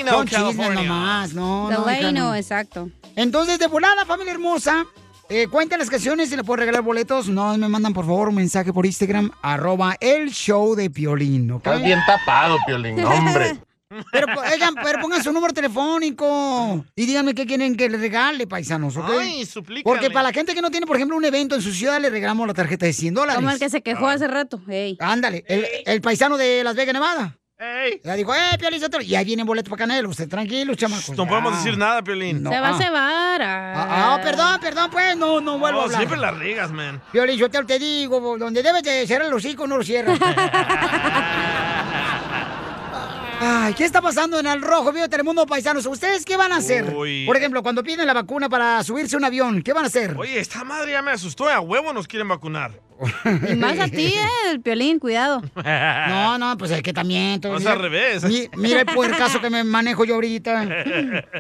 S3: Son chismes nomás, no, no, hija,
S4: Delano,
S3: no.
S4: exacto.
S3: Entonces, de volada, familia hermosa, eh, cuenten las canciones y le puedo regalar boletos. No, me mandan, por favor, un mensaje por Instagram, arroba el show de Piolín, ¿ok?
S8: Estás bien tapado, Piolín, hombre.
S15: Oh,
S3: Pero, po- oigan, pero pongan su número telefónico y díganme qué quieren que les regale, paisanos, ¿ok?
S2: Ay, suplícame.
S3: Porque para la gente que no tiene, por ejemplo, un evento en su ciudad, le regalamos la tarjeta de 100 dólares.
S4: Como el que se quejó
S2: Ah.
S4: hace rato. Ey.
S3: Ándale, el, el paisano de Las Vegas, Nevada. Ya dijo, eh, Piolín, Sotelo", y ahí viene boleto para Canelo. Usted tranquilo, chamacos.
S2: No
S3: ya.
S2: podemos decir nada, Piolín.
S3: No,
S4: se va
S3: ah.
S4: a cebar.
S3: Ah, ah, perdón, perdón, pues, no, no vuelvo a
S2: No,
S3: hablar.
S2: siempre la riegas, man.
S3: Piolín, yo te, te digo, donde debes de cerrar el hocico, no lo
S2: (laughs)
S3: cierras. Ay, ¿qué está pasando en el rojo, vivo de Telemundo, paisanos? ¿Ustedes qué van a hacer?
S2: Uy.
S3: Por ejemplo, cuando piden la vacuna para subirse a un avión, ¿qué van a hacer?
S2: Oye, esta madre ya me asustó. A huevo nos quieren vacunar.
S4: Y más a ti, eh, el Piolín, cuidado.
S3: No, no, pues es que también... todo-
S2: No, es
S3: mira-
S2: al revés.
S3: mi- mira el puercazo
S2: (laughs)
S3: que me manejo yo ahorita.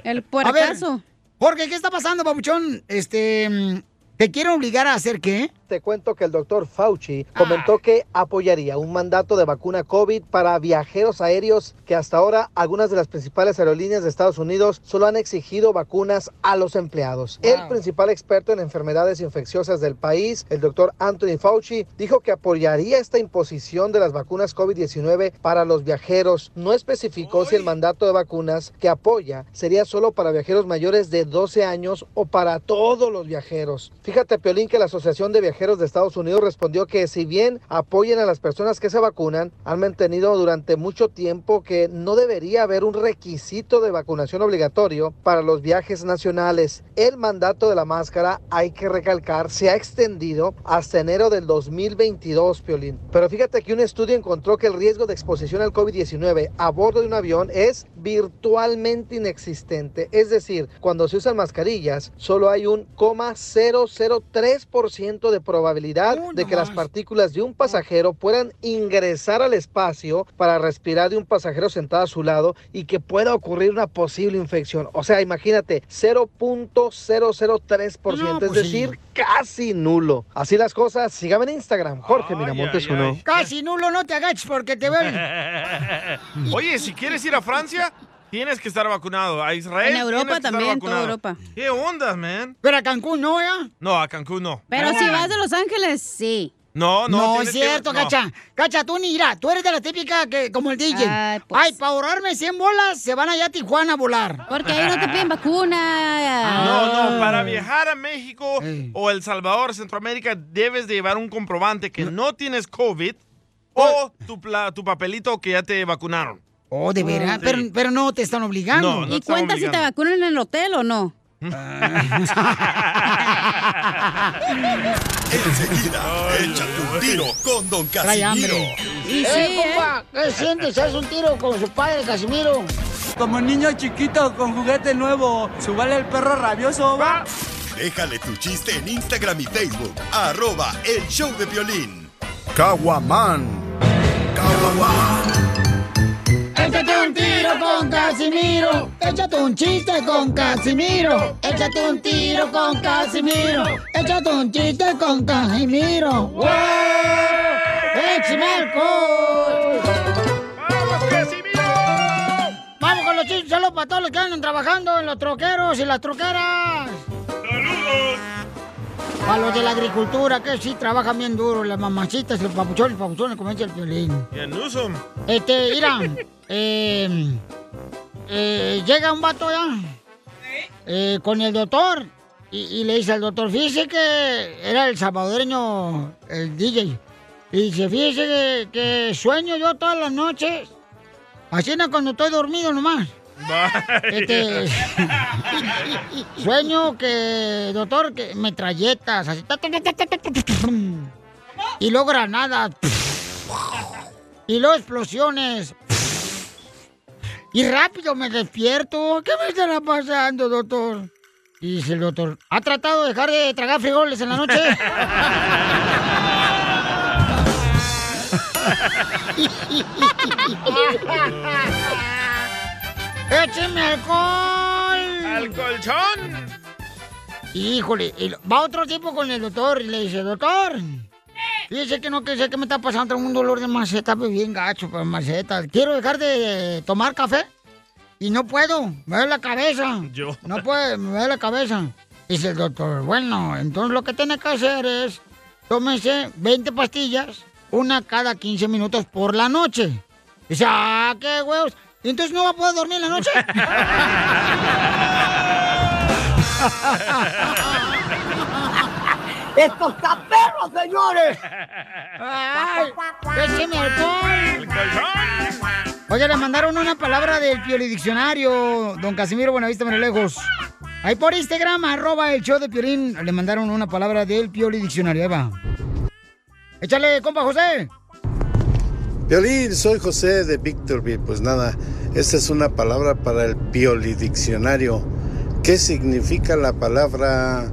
S4: El
S3: A ver, Jorge, ¿qué está pasando, papuchón? Este, mm, ¿te quieren obligar a hacer qué?
S5: Te cuento que el doctor Fauci comentó que apoyaría un mandato de vacuna COVID para viajeros aéreos que hasta ahora algunas de las principales aerolíneas de Estados Unidos solo han exigido vacunas a los empleados. El principal experto en enfermedades infecciosas del país, el doctor Anthony Fauci, dijo que apoyaría esta imposición de las vacunas COVID-19 para los viajeros. No especificó si el mandato de vacunas que apoya sería solo para viajeros mayores de 12 años o para todos los viajeros. Fíjate, Piolín, que la Asociación de Viajeros de Estados Unidos respondió que si bien apoyan a las personas que se vacunan, han mantenido durante mucho tiempo que no debería haber un requisito de vacunación obligatorio para los viajes nacionales. El mandato de la máscara, hay que recalcar, se ha extendido hasta enero del 2022, Piolín. Pero fíjate que un estudio encontró que el riesgo de exposición al COVID-19 a bordo de un avión es virtualmente inexistente. Es decir, cuando se usan mascarillas, solo hay un 0,003% de probabilidad de que las partículas de un pasajero puedan ingresar al espacio para respirar de un pasajero sentado a su lado y que pueda ocurrir una posible infección. O sea, imagínate, 0.003%, es
S3: pues
S5: decir, casi nulo. Así las cosas, sígame en Instagram, Jorge Miramontes uno.
S3: Casi nulo, no te agaches porque te ven.
S2: (laughs) (laughs) Oye, si quieres ir a Francia, tienes que estar vacunado. A Israel.
S4: En Europa
S2: tienes que estar
S4: también, toda
S2: vacunado.
S4: Europa.
S2: ¿Qué onda, man?
S3: Pero a Cancún no, ¿ya? Ah.
S2: No, a Cancún no.
S4: Pero si vas de Los Ángeles, sí.
S2: No, no.
S3: No,
S2: tienes
S3: es cierto,
S2: que... no.
S3: cacha. Cacha, tú ni irá. Tú eres de la típica que, como el DJ.
S4: Ah,
S3: Ay,
S4: pues.
S3: para ahorrarme 100 bolas, se van allá a Tijuana a volar.
S4: Porque ahí no te piden
S3: Ah.
S4: vacuna.
S2: No, no, para viajar a México o El Salvador, Centroamérica, debes de llevar un comprobante que no, tienes COVID o tu, pla- tu papelito que ya te vacunaron.
S3: Oh, de veras.
S2: Sí.
S3: Pero, pero no te están obligando.
S2: No, no
S4: ¿Y cuenta si te vacunan en el hotel
S3: (laughs)
S4: o no?
S6: (laughs) Enseguida, échate un tiro con Don
S3: Trae
S6: Casimiro.
S3: hambre. eh, compa, ¿qué sientes? ¿Haz un tiro con su padre, Casimiro?
S17: Como niño chiquito con juguete nuevo, subale el perro rabioso, va.
S6: Déjale tu chiste en Instagram y Facebook. Arroba el show de violín.
S22: Caguaman.
S3: Échate un tiro con Casimiro. Échate un chiste con Casimiro. Échate un tiro con Casimiro. Échate un chiste con Casimiro. ¡Wow! ¡Échame alcohol! ¡Vamos, Casimiro! Vamos con los chistes. Saludos para todos los que andan trabajando en los troqueros y las troqueras. Para los de la agricultura, que sí trabajan bien duro, las mamacitas, los papuchones, los papuchones, como dice el violín.
S2: Y en Newsom.
S3: Este, mira, eh, eh, llega un vato ya eh, con el doctor y, y le dice al doctor, fíjese que era el salvadoreño, el DJ, y dice, fíjese que, que sueño yo todas las noches, así no cuando estoy dormido nomás. Este, sueño que, doctor, que metralletas, así. ta, ta, ta, ta, ta, ta, ta, ta, Y luego granadas. Y luego explosiones. Y rápido me despierto. ¿Qué me estará pasando, doctor? Y dice el doctor, ¿ha tratado de dejar de tragar frijoles en la noche? ¡Écheme alcohol!
S2: ¡Al colchón!
S3: Híjole, y lo- va otro tipo con el doctor y le dice, doctor, fíjese que no que sé que me está pasando un dolor de maceta, pues, bien gacho, pues maceta. Quiero dejar de tomar café y no puedo, me duele la cabeza.
S23: Yo.
S3: No puedo, me duele la cabeza. Dice el doctor, bueno, entonces lo que tiene que hacer es, tómese 20 pastillas, una cada 15 minutos por la noche. Dice, ah, qué huevos. ¿Y entonces no va a poder dormir en la noche? (laughs) ¡Estos taperos, señores! ¡Ay! ¡Écheme alcohol! Oye, le mandaron una palabra del Pioli Diccionario, don Casimiro Buenavista Menelejos. Ahí por Instagram, arroba el show de Piolín, le mandaron una palabra del Pioli Diccionario. Ahí va. Échale, compa José.
S24: Piolín, soy José de Victorville. Pues nada, esta es una palabra para el Piolidiccionario. ¿Qué significa la palabra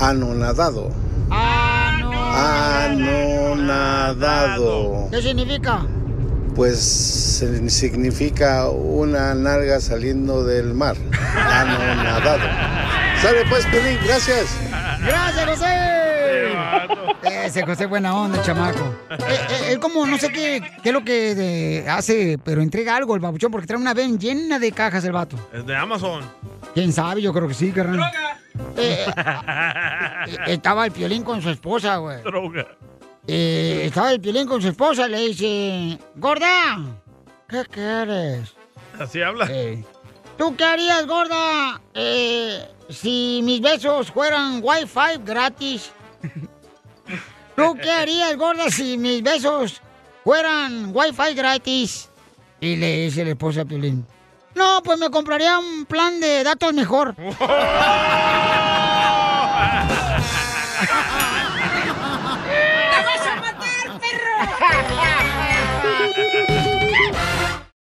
S24: anonadado?
S3: Ah,
S24: Anonadado.
S3: ¿Qué significa?
S24: Pues se- significa una nalga saliendo del mar. Anonadado. Sale pues, Piolín, gracias.
S3: ¡Gracias, José! Ese José buena onda, el chamaco. Eh, eh, él como, no sé qué, qué es lo que eh, hace, pero entrega algo el babuchón, porque trae una ven llena de cajas el vato.
S2: Es de Amazon.
S3: ¿Quién sabe? Yo creo que sí, carnal.
S2: (laughs)
S3: Eh, eh, estaba el Piolín con su esposa, güey.
S2: Droga.
S3: Eh, estaba el Piolín con su esposa, le dice, gorda, ¿qué quieres?
S2: Así habla.
S3: eh. ¿Tú qué harías, gorda, eh, si mis besos fueran Wi-Fi gratis? ¿Tú qué harías, gorda, si mis besos fueran Wi-Fi gratis? Y le dice la esposa a Piolín, no, pues me compraría un plan de datos mejor.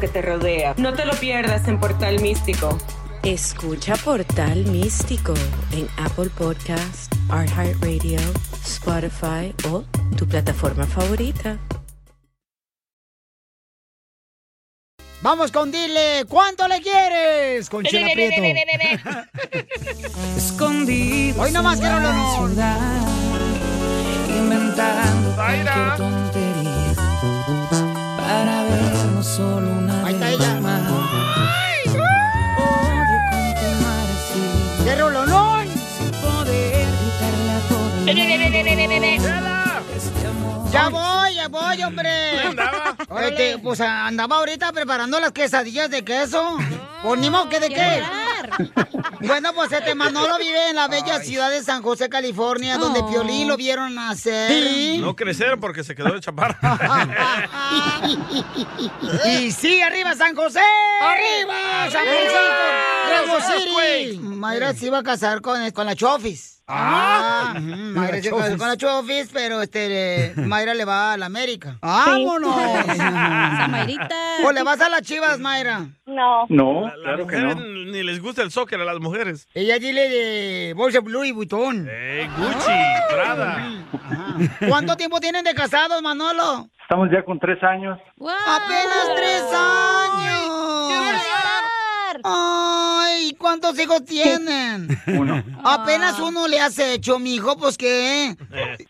S25: que te rodea. No te lo pierdas en Portal Místico.
S7: Escucha Portal Místico en Apple Podcast, iHeartRadio, Spotify o tu plataforma favorita.
S3: Vamos con dile, ¿cuánto le quieres? Con
S1: (laughs)
S3: Chela Prieto.
S1: Escondido.
S3: Hoy nomás quiero lo no.
S1: Inventando cualquier tontería para vernos solo una Ahí está ella.
S3: ¡Qué rolonón!
S1: Este
S3: Ya voy, ya voy, hombre. Este, pues a- andaba ahorita preparando las quesadillas de queso. Pues ni modo que de qué. (laughs) Bueno, pues este Manolo vive en la bella ciudad de San José, California, donde Piolín lo vieron nacer.
S2: No crecer porque se quedó
S3: (laughs)
S2: de chaparra.
S3: Y sí, arriba San José. Arriba San Francisco. Nuevo City. Mayra se iba a casar con, con la Chofis.
S1: Ah.
S3: ujú,
S1: Con
S3: Mayra
S1: la
S3: se casó
S1: Chofis.
S3: con la Chofis, pero este eh, Mayra le va a la América. (laughs)
S1: ¡Vámonos!
S3: ¡Vámonos! ¿O le vas a las Chivas, Mayra?
S16: No.
S2: No,
S3: claro que
S2: Ni les gusta el soccer a las mujeres.
S3: Ella dile de bolsa Blue y Butón.
S2: Eh, Gucci, Prada.
S3: ¿Cuánto tiempo tienen de casados, Manolo?
S11: Estamos ya con tres años.
S3: ¡Apenas tres años! ¡Ay! ¿Cuántos hijos tienen?
S17: (laughs)
S11: Uno.
S3: Apenas uno le has hecho, mijo, pues qué.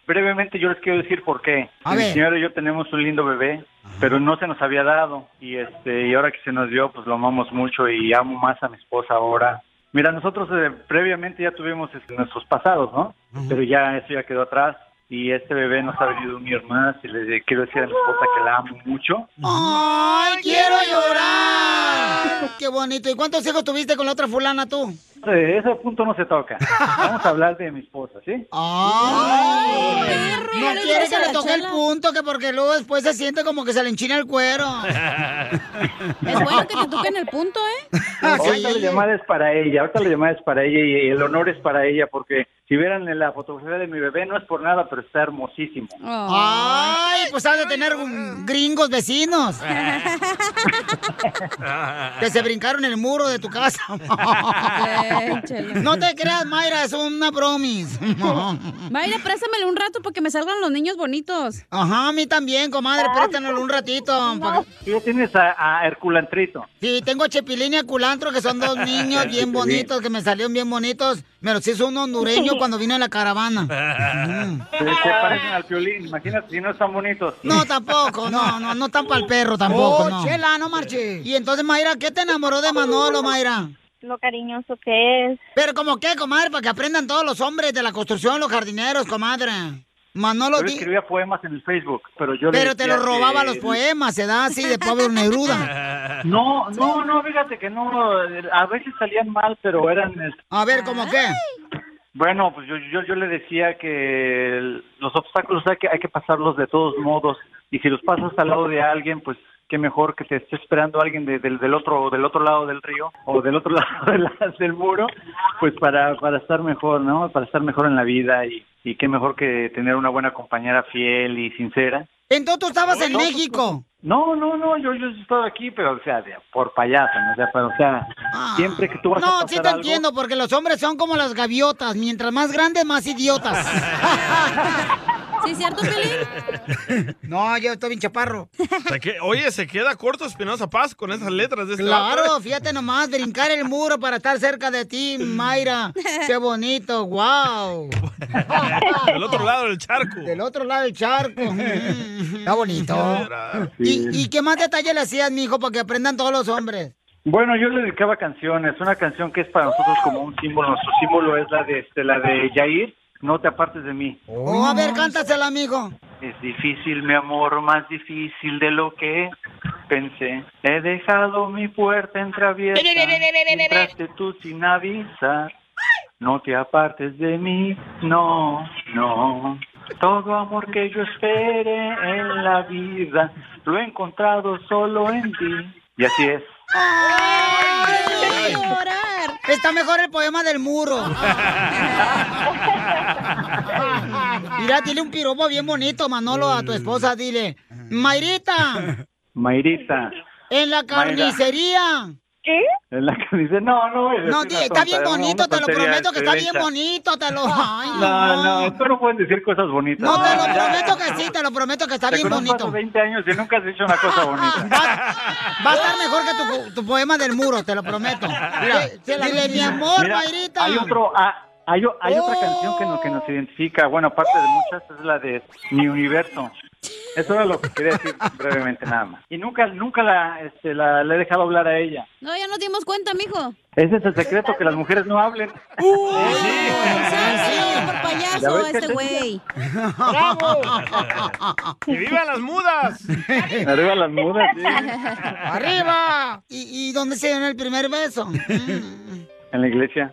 S11: Brevemente yo les quiero decir por qué.
S3: A
S11: Mi
S3: ver.
S11: señora y yo tenemos un lindo bebé, pero no se nos había dado. Y este y ahora que se nos dio, pues lo amamos mucho y amo más a mi esposa ahora. Mira, nosotros eh, previamente ya tuvimos este, nuestros pasados, ¿no? Pero ya eso ya quedó atrás. Y este bebé nos ha venido a unir más. Y le le quiero decir a mi esposa que la amo mucho.
S3: ¡Ay, quiero llorar! ¡Qué bonito! ¿Y cuántos hijos tuviste con la otra fulana tú?
S11: Eh, ese punto no se toca. Vamos a hablar de mi esposa, ¿sí?
S3: Ah. (laughs) ¡Ay!
S1: perro!
S3: No quiere que le toque el punto, que porque luego después se siente como que se le enchina el cuero.
S4: Es bueno que te toquen el punto,
S3: (laughs)
S4: ¿eh?
S11: Ahorita la llamada es para ella, ahorita la llamada es para ella y el honor es para ella porque si vieran la fotografía de mi bebé no es por nada, pero está hermosísimo.
S3: ¡Ay! Pues has de tener un- gringos vecinos. Que se brincaron el muro de tu casa.
S4: Eh, chela.
S3: No te creas, Mayra, es una (laughs) promis.
S4: Mayra, préstamelo un rato porque me salgan los niños bonitos.
S3: Ajá, a mí también, comadre, préstanoslo un ratito. pa' que-
S11: Tú ya tienes a, a Herculantrito.
S3: Sí, tengo a Chepilín y a Culantro, que son
S11: (laughs)
S3: dos niños bien bonitos, que me salieron bien bonitos. Me los hizo un hondureño cuando vino a la caravana.
S11: Se, se parecen al violín, imagínate si no están bonitos.
S3: Mm. No, tampoco, no, no, no tan para el perro tampoco,
S11: Oh,
S3: no.
S11: chela,
S3: no marche. Y entonces, Mayra, ¿qué te enamoró de Manolo, Mayra?
S12: Lo cariñoso que es.
S3: Pero como qué, comadre, para que aprendan todos los hombres de la construcción, los jardineros, comadre. Manolo,
S11: Yo
S3: di-
S11: escribía poemas en el Facebook, pero yo le
S3: pero te
S11: decía
S3: los robaba
S11: que-
S3: los poemas, se da así de Pablo Neruda.
S11: (laughs) No, no, no, fíjate que no, a veces salían mal, pero eran... este,
S3: A ver, ¿cómo qué?
S11: Bueno, pues yo, yo, yo le decía que el- los obstáculos hay que, hay que pasarlos de todos modos y si los pasas al lado de alguien, pues qué mejor que te esté esperando alguien de- del, del otro del otro lado del río o del otro (laughs) lado de la- del muro, pues para, para estar mejor, ¿no? Para estar mejor en la vida y, y qué mejor que tener una buena compañera fiel y sincera.
S3: Entonces tú estabas en México.
S11: pues, No, no, no, yo, yo he estado aquí, pero o sea, de- por payaso, ¿no? O sea, pero, o sea, siempre que tú vas a
S3: Ah, No,
S11: pasar
S3: sí te
S11: algo-
S3: entiendo, porque los hombres son como las gaviotas. Mientras más grandes, más (laughs) idiotas.
S4: ¿Sí es cierto, Pelín?
S3: No, yo estoy bien chaparro.
S2: Se que- Oye, se queda corto Espinosa Paz con esas letras de este
S3: Claro, (laughs)
S2: vato.
S3: fíjate nomás, brincar el muro para estar cerca de ti, Mayra. Qué bonito, wow.
S2: Del otro lado del charco.
S3: Del otro lado del charco. Mm, (laughs) Está bonito.
S11: Sí.
S3: ¿Y, y qué más detalle le hacías, mijo, para que aprendan todos los hombres?
S11: Bueno, yo le dedicaba canciones, una canción que es para nosotros como un símbolo, nuestro símbolo es la de este, la de Yair, no te apartes de mí.
S3: Oh, a ver, cántasela, amigo.
S11: Es difícil, mi amor, más difícil de lo que pensé, he dejado mi puerta entreabierta. Entraste tú sin avisar. No te apartes de mí, no, no. Todo amor que yo espere en la vida lo he encontrado solo en ti. Y así es.
S3: ¡Ay! Está mejor el poema del muro. Mira, dile un piropo bien bonito, Manolo, a tu esposa. Dile, Mayrita,
S11: Mayrita.
S3: en la carnicería.
S11: ¿Qué? En la que dice, no, no. es
S3: No,
S11: una
S3: di- está bien
S11: tonta,
S3: bonito,
S11: una
S3: te lo
S11: tontería
S3: prometo que está bien
S11: hecha.
S3: bonito, te lo... Ay,
S11: No, no, tú no puedes decir cosas bonitas.
S3: No, te lo prometo que sí, te lo prometo que está
S11: Te
S3: bien
S11: conozco
S3: bonito. Ah,
S11: hace 20 años y nunca has dicho una cosa bonita.
S3: Va a estar mejor que tu, tu poema del muro, te lo prometo. Dile- Dile, mi amor,
S11: Mira,
S3: Mayrita.
S11: Hay otro, ah, hay, o- hay otra canción que nos, que nos identifica. Bueno, aparte de muchas, es la de Mi Universo. Eso era lo que quería decir brevemente nada más. Y nunca, nunca la, este, la, la he dejado hablar a ella.
S4: No, ya nos dimos cuenta, mijo.
S11: Ese es el secreto, que las mujeres no hablen.
S4: Por
S11: Ya
S4: payaso
S11: ves que
S4: este
S11: te-
S4: güey.
S1: ¡Bravo! ¡Que vivan las mudas!
S11: Arriba las mudas. sí.
S3: ¡Arriba! ¿Y, y dónde se dio el primer beso? Mm,
S11: En la iglesia.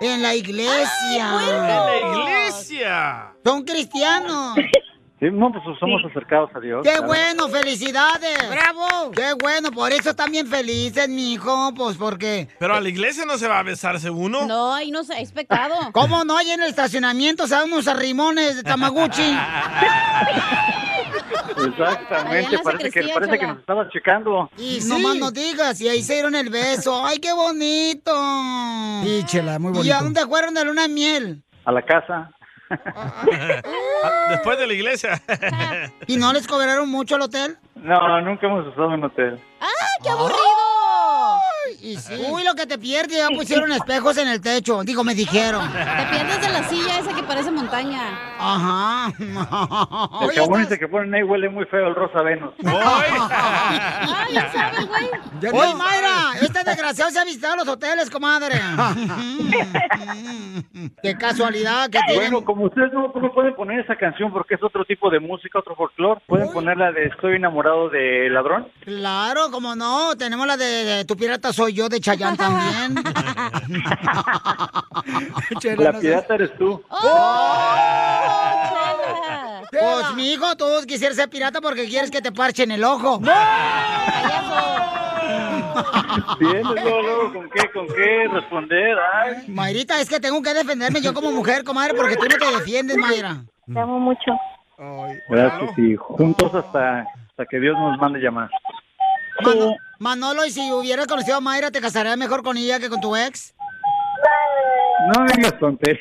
S3: En la iglesia.
S1: ¡En la iglesia!
S3: Son cristianos.
S11: Sí, no, pues somos acercados a Dios.
S3: ¡Qué
S11: claro.
S3: bueno! ¡Felicidades! ¡Bravo! ¡Qué bueno! Por eso están bien felices, mijo. Pues porque.
S1: Pero a la iglesia no se va a besarse uno.
S3: No, ahí no sé, es pecado. (laughs) ¿Cómo no? Ahí en el estacionamiento se dan unos arrimones de Tamaguchi.
S1: (laughs)
S11: Exactamente,
S3: Allá en la
S11: parece que,
S3: sacristía,
S11: parece que
S3: chela.
S11: nos estabas checando.
S3: Y no más no digas, y ahí se dieron el beso. ¡Ay, qué bonito!
S11: Sí, chela, muy
S3: ¿Y
S11: bonito.
S3: a dónde fueron de luna de miel?
S11: A la
S2: (laughs)
S11: casa.
S3: (laughs)
S1: Después de la iglesia.
S3: ¿Y no les cobraron mucho al hotel?
S11: No, nunca hemos usado un hotel.
S3: ¡Ah, qué aburrido! Y sí. Uy, lo que te pierdes, ya pusieron espejos en el techo. Digo, me dijeron.
S4: Te pierdes de la silla esa que parece montaña.
S11: (laughs)
S3: Ajá. Oh,
S11: El jabón ese que ponen ahí huele muy feo el rosa Venus.
S3: ¡Ay, ya sabe, güey!
S11: Ya
S3: ¡Oye,
S11: no
S3: Mayra! Este desgraciado se ha visitado los hoteles,
S11: (laughs)
S3: comadre. ¡Qué casualidad que tienen!
S11: (laughs) Bueno, como ustedes no, pues no pueden poner esa canción porque es otro tipo de música, otro folclore, pueden ponerla de Estoy enamorado de ladrón.
S3: Claro, como no. Tenemos la de, de Tu pirata soy yo, de
S11: (laughs)
S3: Chayán también. Chela,
S11: La
S3: no
S11: pirata eres tú. Oh,
S3: Oh, Pues, mijo, todos quisieras ser pirata porque quieres que te parchen el ojo.
S11: Tienes luego, luego, con qué, con qué responder. Ay,
S3: Mayrita, es que tengo que defenderme yo como mujer, comadre, porque tú no te defiendes, Mayra.
S26: Te amo mucho.
S11: gracias, hijo. Juntos hasta, hasta que Dios nos mande llamar.
S3: Mano- Manolo, y si hubieras conocido a Mayra, ¿te casarías mejor con ella que con tu ex?
S11: No vengas tonterías.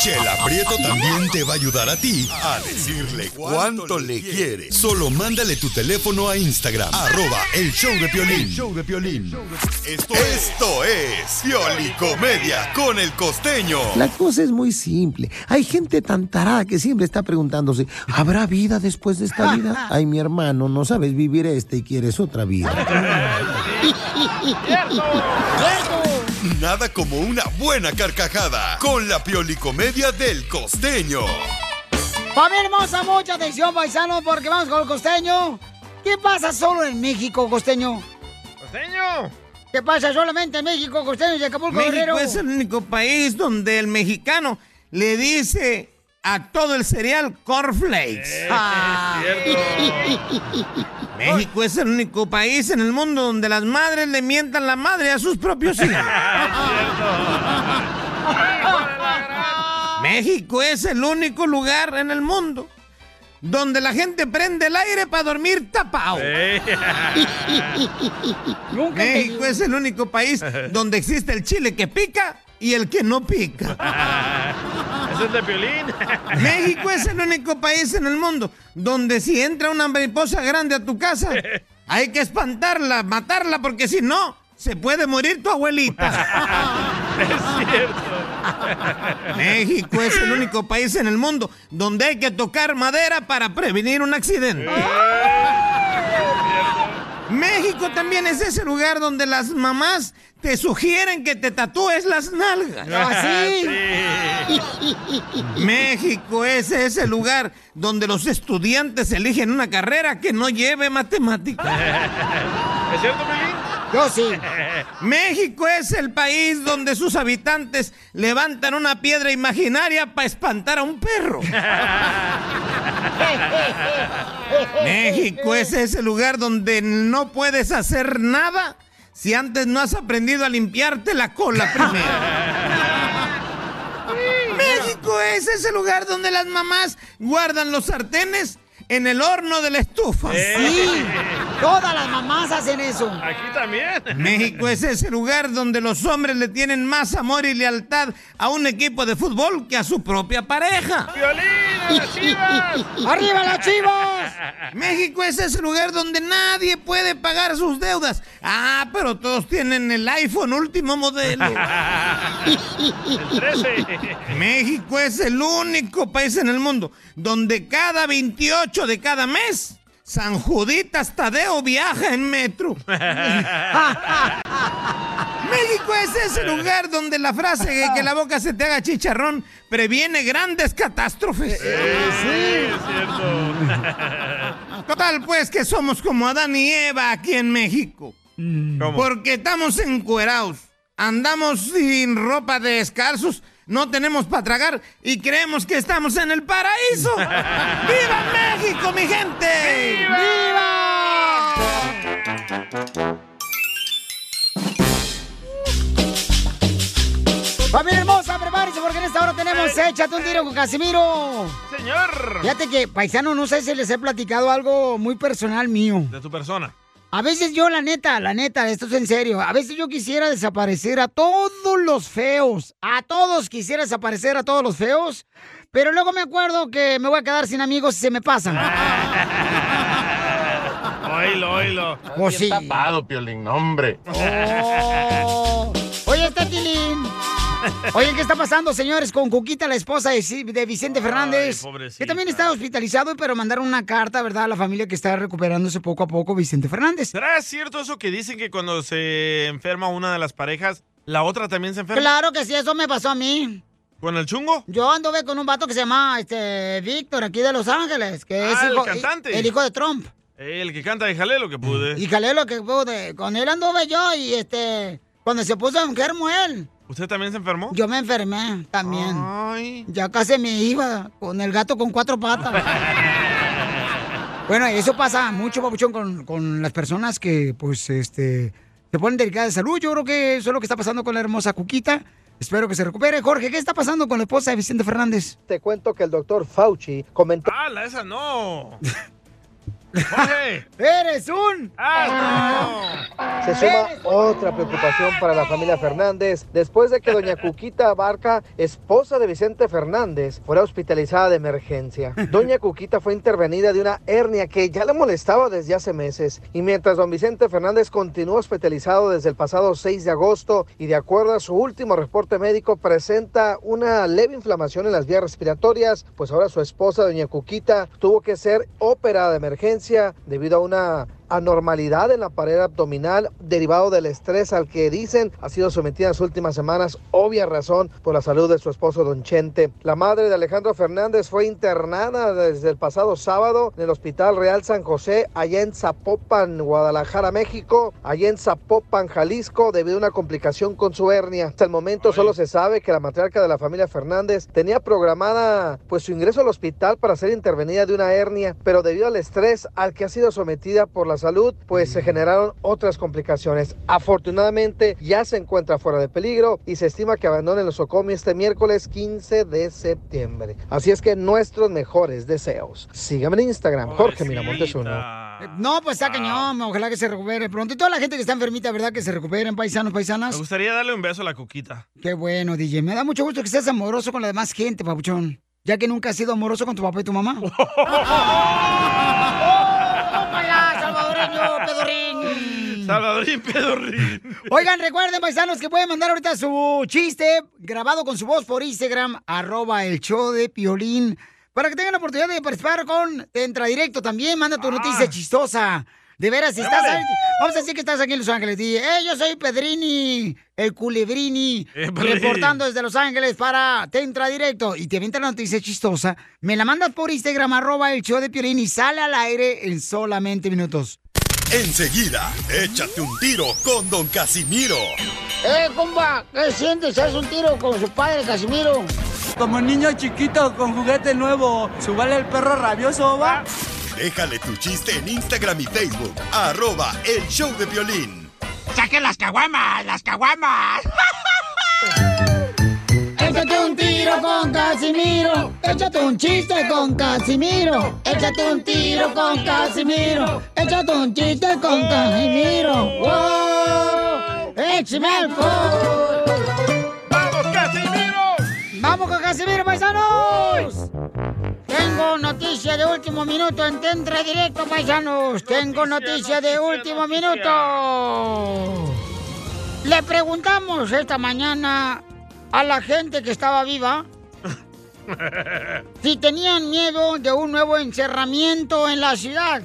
S6: Chela Prieto también te va a ayudar a ti a decirle cuánto le quiere. Solo mándale tu teléfono a Instagram, arroba el show de Piolín. Esto, esto es Piolicomedia con el costeño.
S13: La cosa es muy simple. Hay gente tan tarada que siempre está preguntándose, ¿habrá vida después de esta vida? Ay, mi hermano, no sabes vivir esta y quieres otra vida.
S6: Nada como una buena carcajada con la Piolicomedia del costeño.
S3: Familia hermosa, mucha atención, paisano, porque vamos con el costeño. ¿Qué pasa solo en México, costeño?
S1: ¡Costeño!
S3: ¿Qué pasa solamente en México, costeño y Acapulco,
S12: México
S3: Guerrero?
S12: es el único país donde el mexicano le dice a todo el cereal cornflakes.
S3: Ah.
S12: (laughs) México es el único país en el mundo donde las madres le mientan la madre a sus propios hijos. México es el único lugar en el mundo donde la gente prende el aire para dormir tapado. (laughs) México es el único país donde existe el chile que pica y el que no pica.
S1: Ese es de Piolín.
S12: (laughs) México es el único país en el mundo donde si entra una mariposa grande a tu casa, hay que espantarla, matarla, porque si no, se puede morir tu abuelita.
S1: (laughs) Es cierto.
S12: México es el único país en el mundo donde hay que tocar madera para prevenir un accidente. México también es ese lugar donde las mamás te sugieren que te tatúes las nalgas.
S1: Así.
S12: (laughs) México es ese lugar donde los estudiantes eligen una carrera que no lleve matemáticas.
S2: (laughs) ¿Es cierto, Pelín?
S12: Yo sí. México es el país donde sus habitantes levantan una piedra imaginaria para espantar a un
S2: (laughs)
S12: perro. México es ese lugar donde no puedes hacer nada si antes no has aprendido a limpiarte la cola primero. México es ese lugar donde las mamás guardan los sartenes en el horno de la estufa.
S3: Sí, todas las mamás hacen eso.
S2: Aquí también.
S12: México es ese lugar donde los hombres le tienen más amor y lealtad a un equipo de fútbol que a su propia pareja.
S2: ¡Violín,
S3: (laughs)
S2: las chivas!
S12: ¡Arriba las chivas! México es ese lugar donde nadie puede pagar sus deudas. Ah, pero todos tienen el iPhone último
S2: (laughs)
S12: modelo.
S2: El 13.
S12: México es el único país en el mundo donde cada 28 de cada mes San Juditas Tadeo viaja en
S2: (laughs)
S12: metro. México es ese lugar donde la frase que, que la boca se te haga chicharrón previene grandes catástrofes.
S2: Eh, Sí, es cierto.
S12: (laughs) Total, pues que somos como Adán y Eva aquí en México. Mm. Porque estamos encuerados, andamos sin ropa de descalzos, no tenemos para tragar y creemos que estamos en el paraíso. ¡Viva México, mi gente!
S1: ¡Viva!
S3: Familia hermosa, prepárense porque en esta hora tenemos Échate un tiro con Casimiro.
S2: Señor.
S3: Fíjate que, paisano, no sé si les he platicado algo muy personal mío.
S2: (laughs) De tu persona.
S3: A veces yo, la neta, la neta, esto es en serio. A veces yo quisiera desaparecer a todos los feos. A todos quisiera desaparecer a todos los feos. Pero luego me acuerdo que me voy a quedar sin amigos si se me pasan.
S2: Oilo, oilo.
S8: Bien tapado, Piolín, no, hombre.
S3: Oh. Oye, está Tilín. Oye, ¿qué está pasando, señores, con Cuquita, la esposa de, Ci- de Vicente Fernández?
S2: pobrecita.
S3: que también está hospitalizado, pero mandaron una carta, ¿verdad?, a la familia que está recuperándose poco a poco Vicente Fernández.
S2: ¿Será cierto eso que dicen que cuando se enferma una de las parejas, la otra también se enferma?
S3: Claro que sí, eso me pasó a mí.
S2: ¿Con el chungo?
S3: Yo anduve con un vato que se llama este, Víctor, aquí de Los Ángeles, que es
S2: Ah, el
S3: hijo,
S2: cantante.
S3: el hijo de Trump.
S2: El que canta, déjale lo que pude.
S3: Y jalé lo que pude. Con él anduve yo y este, cuando se puso enfermo él,
S2: ¿Usted también se enfermó?
S3: yo me enfermé también. Ya casi me iba con el gato con cuatro
S2: (laughs)
S3: patas. Bueno, eso pasa mucho, papuchón, con, con las personas que, pues, este, se ponen delicadas de salud. Yo creo que eso es lo que está pasando con la hermosa Cuquita. Espero que se recupere. Jorge, ¿qué está pasando con la esposa de Vicente Fernández?
S5: Te cuento que el doctor Fauci comentó...
S2: ¡Ah, la esa no!
S3: ¡Eres un!
S5: Se suma otra preocupación para la familia Fernández después de que
S3: (laughs)
S5: doña Cuquita Barca, esposa de Vicente Fernández, fuera hospitalizada de emergencia. Doña Cuquita fue intervenida de una hernia que ya la molestaba desde hace meses y mientras don Vicente Fernández continúa hospitalizado desde el pasado 6 de agosto y de acuerdo a su último reporte médico presenta una leve inflamación en las vías respiratorias, pues ahora su esposa doña Cuquita tuvo que ser operada de emergencia debido a una anormalidad en la pared abdominal derivado del estrés al que dicen ha sido sometida en las últimas semanas, obvia razón por la salud de su esposo Don Chente. La madre de Alejandro Fernández fue internada desde el pasado sábado en el Hospital Real San José, allá en Zapopan, Guadalajara, México, allá en Zapopan, Jalisco, debido a una complicación con su hernia. Hasta el momento solo se sabe que la matriarca de la familia Fernández tenía programada pues su ingreso al hospital para ser intervenida de una hernia, pero debido al estrés al que ha sido sometida por la salud, pues se generaron otras complicaciones. Afortunadamente ya se encuentra fuera de peligro y se estima que abandone el nosocomio este miércoles 15 de septiembre. Así es que nuestros mejores deseos. Sígame en Instagram, Jorge Miramontes uno.
S3: Eh, No, pues está cañón, ojalá que se recupere pronto. Y toda la gente que está enfermita, ¿verdad? Que se recuperen, paisanos,
S2: Me
S3: paisanas.
S2: gustaría darle un beso a la Cuquita.
S3: Qué bueno, DJ. Me da mucho gusto que seas amoroso con la demás gente, papuchón. Ya que nunca has sido amoroso con tu papá y tu mamá. ¡Hola, salvadoreño, pedorrín!
S2: Salvadorín Pedorrín.
S3: Oigan, recuerden, paisanos, que pueden mandar ahorita su chiste grabado con su voz por Instagram, arroba el show de Piolín, para que tengan la oportunidad de participar con Entra Directo también. Manda tu noticia chistosa De veras, si estás ahí- Vamos a decir que estás aquí en Los Ángeles. Y, eh, yo soy Pedrini, el culebrini,
S1: Épale.
S3: reportando desde Los Ángeles para Te Entra Directo. Y te avienta la noticia chistosa. Me la mandas por Instagram, arroba el show de Piolín y sale al aire en solamente minutos.
S6: Enseguida, échate un tiro con Don Casimiro.
S3: ¡Eh, compa! ¿Qué sientes? ¿Haz un tiro con su padre, Casimiro?
S17: Como niño chiquito con juguete nuevo, subale el perro rabioso, va.
S6: Déjale tu chiste en Instagram y Facebook. Arroba el show de violín.
S1: ¡Saque las caguamas! ¡Las caguamas!
S3: Échate un tiro con Casimiro. Échate un chiste con Casimiro. Échate un tiro con Casimiro. Échate un chiste con Casimiro. ¡Wow! ¡Échame ¡Vamos, Casimiro! ¡Vamos con Casimiro, paisanos! Tengo noticia de último minuto en Tentra Directo, paisanos. Tengo noticia de último minuto. Le preguntamos esta mañana a la gente que estaba viva si tenían miedo de un nuevo encerramiento en la ciudad.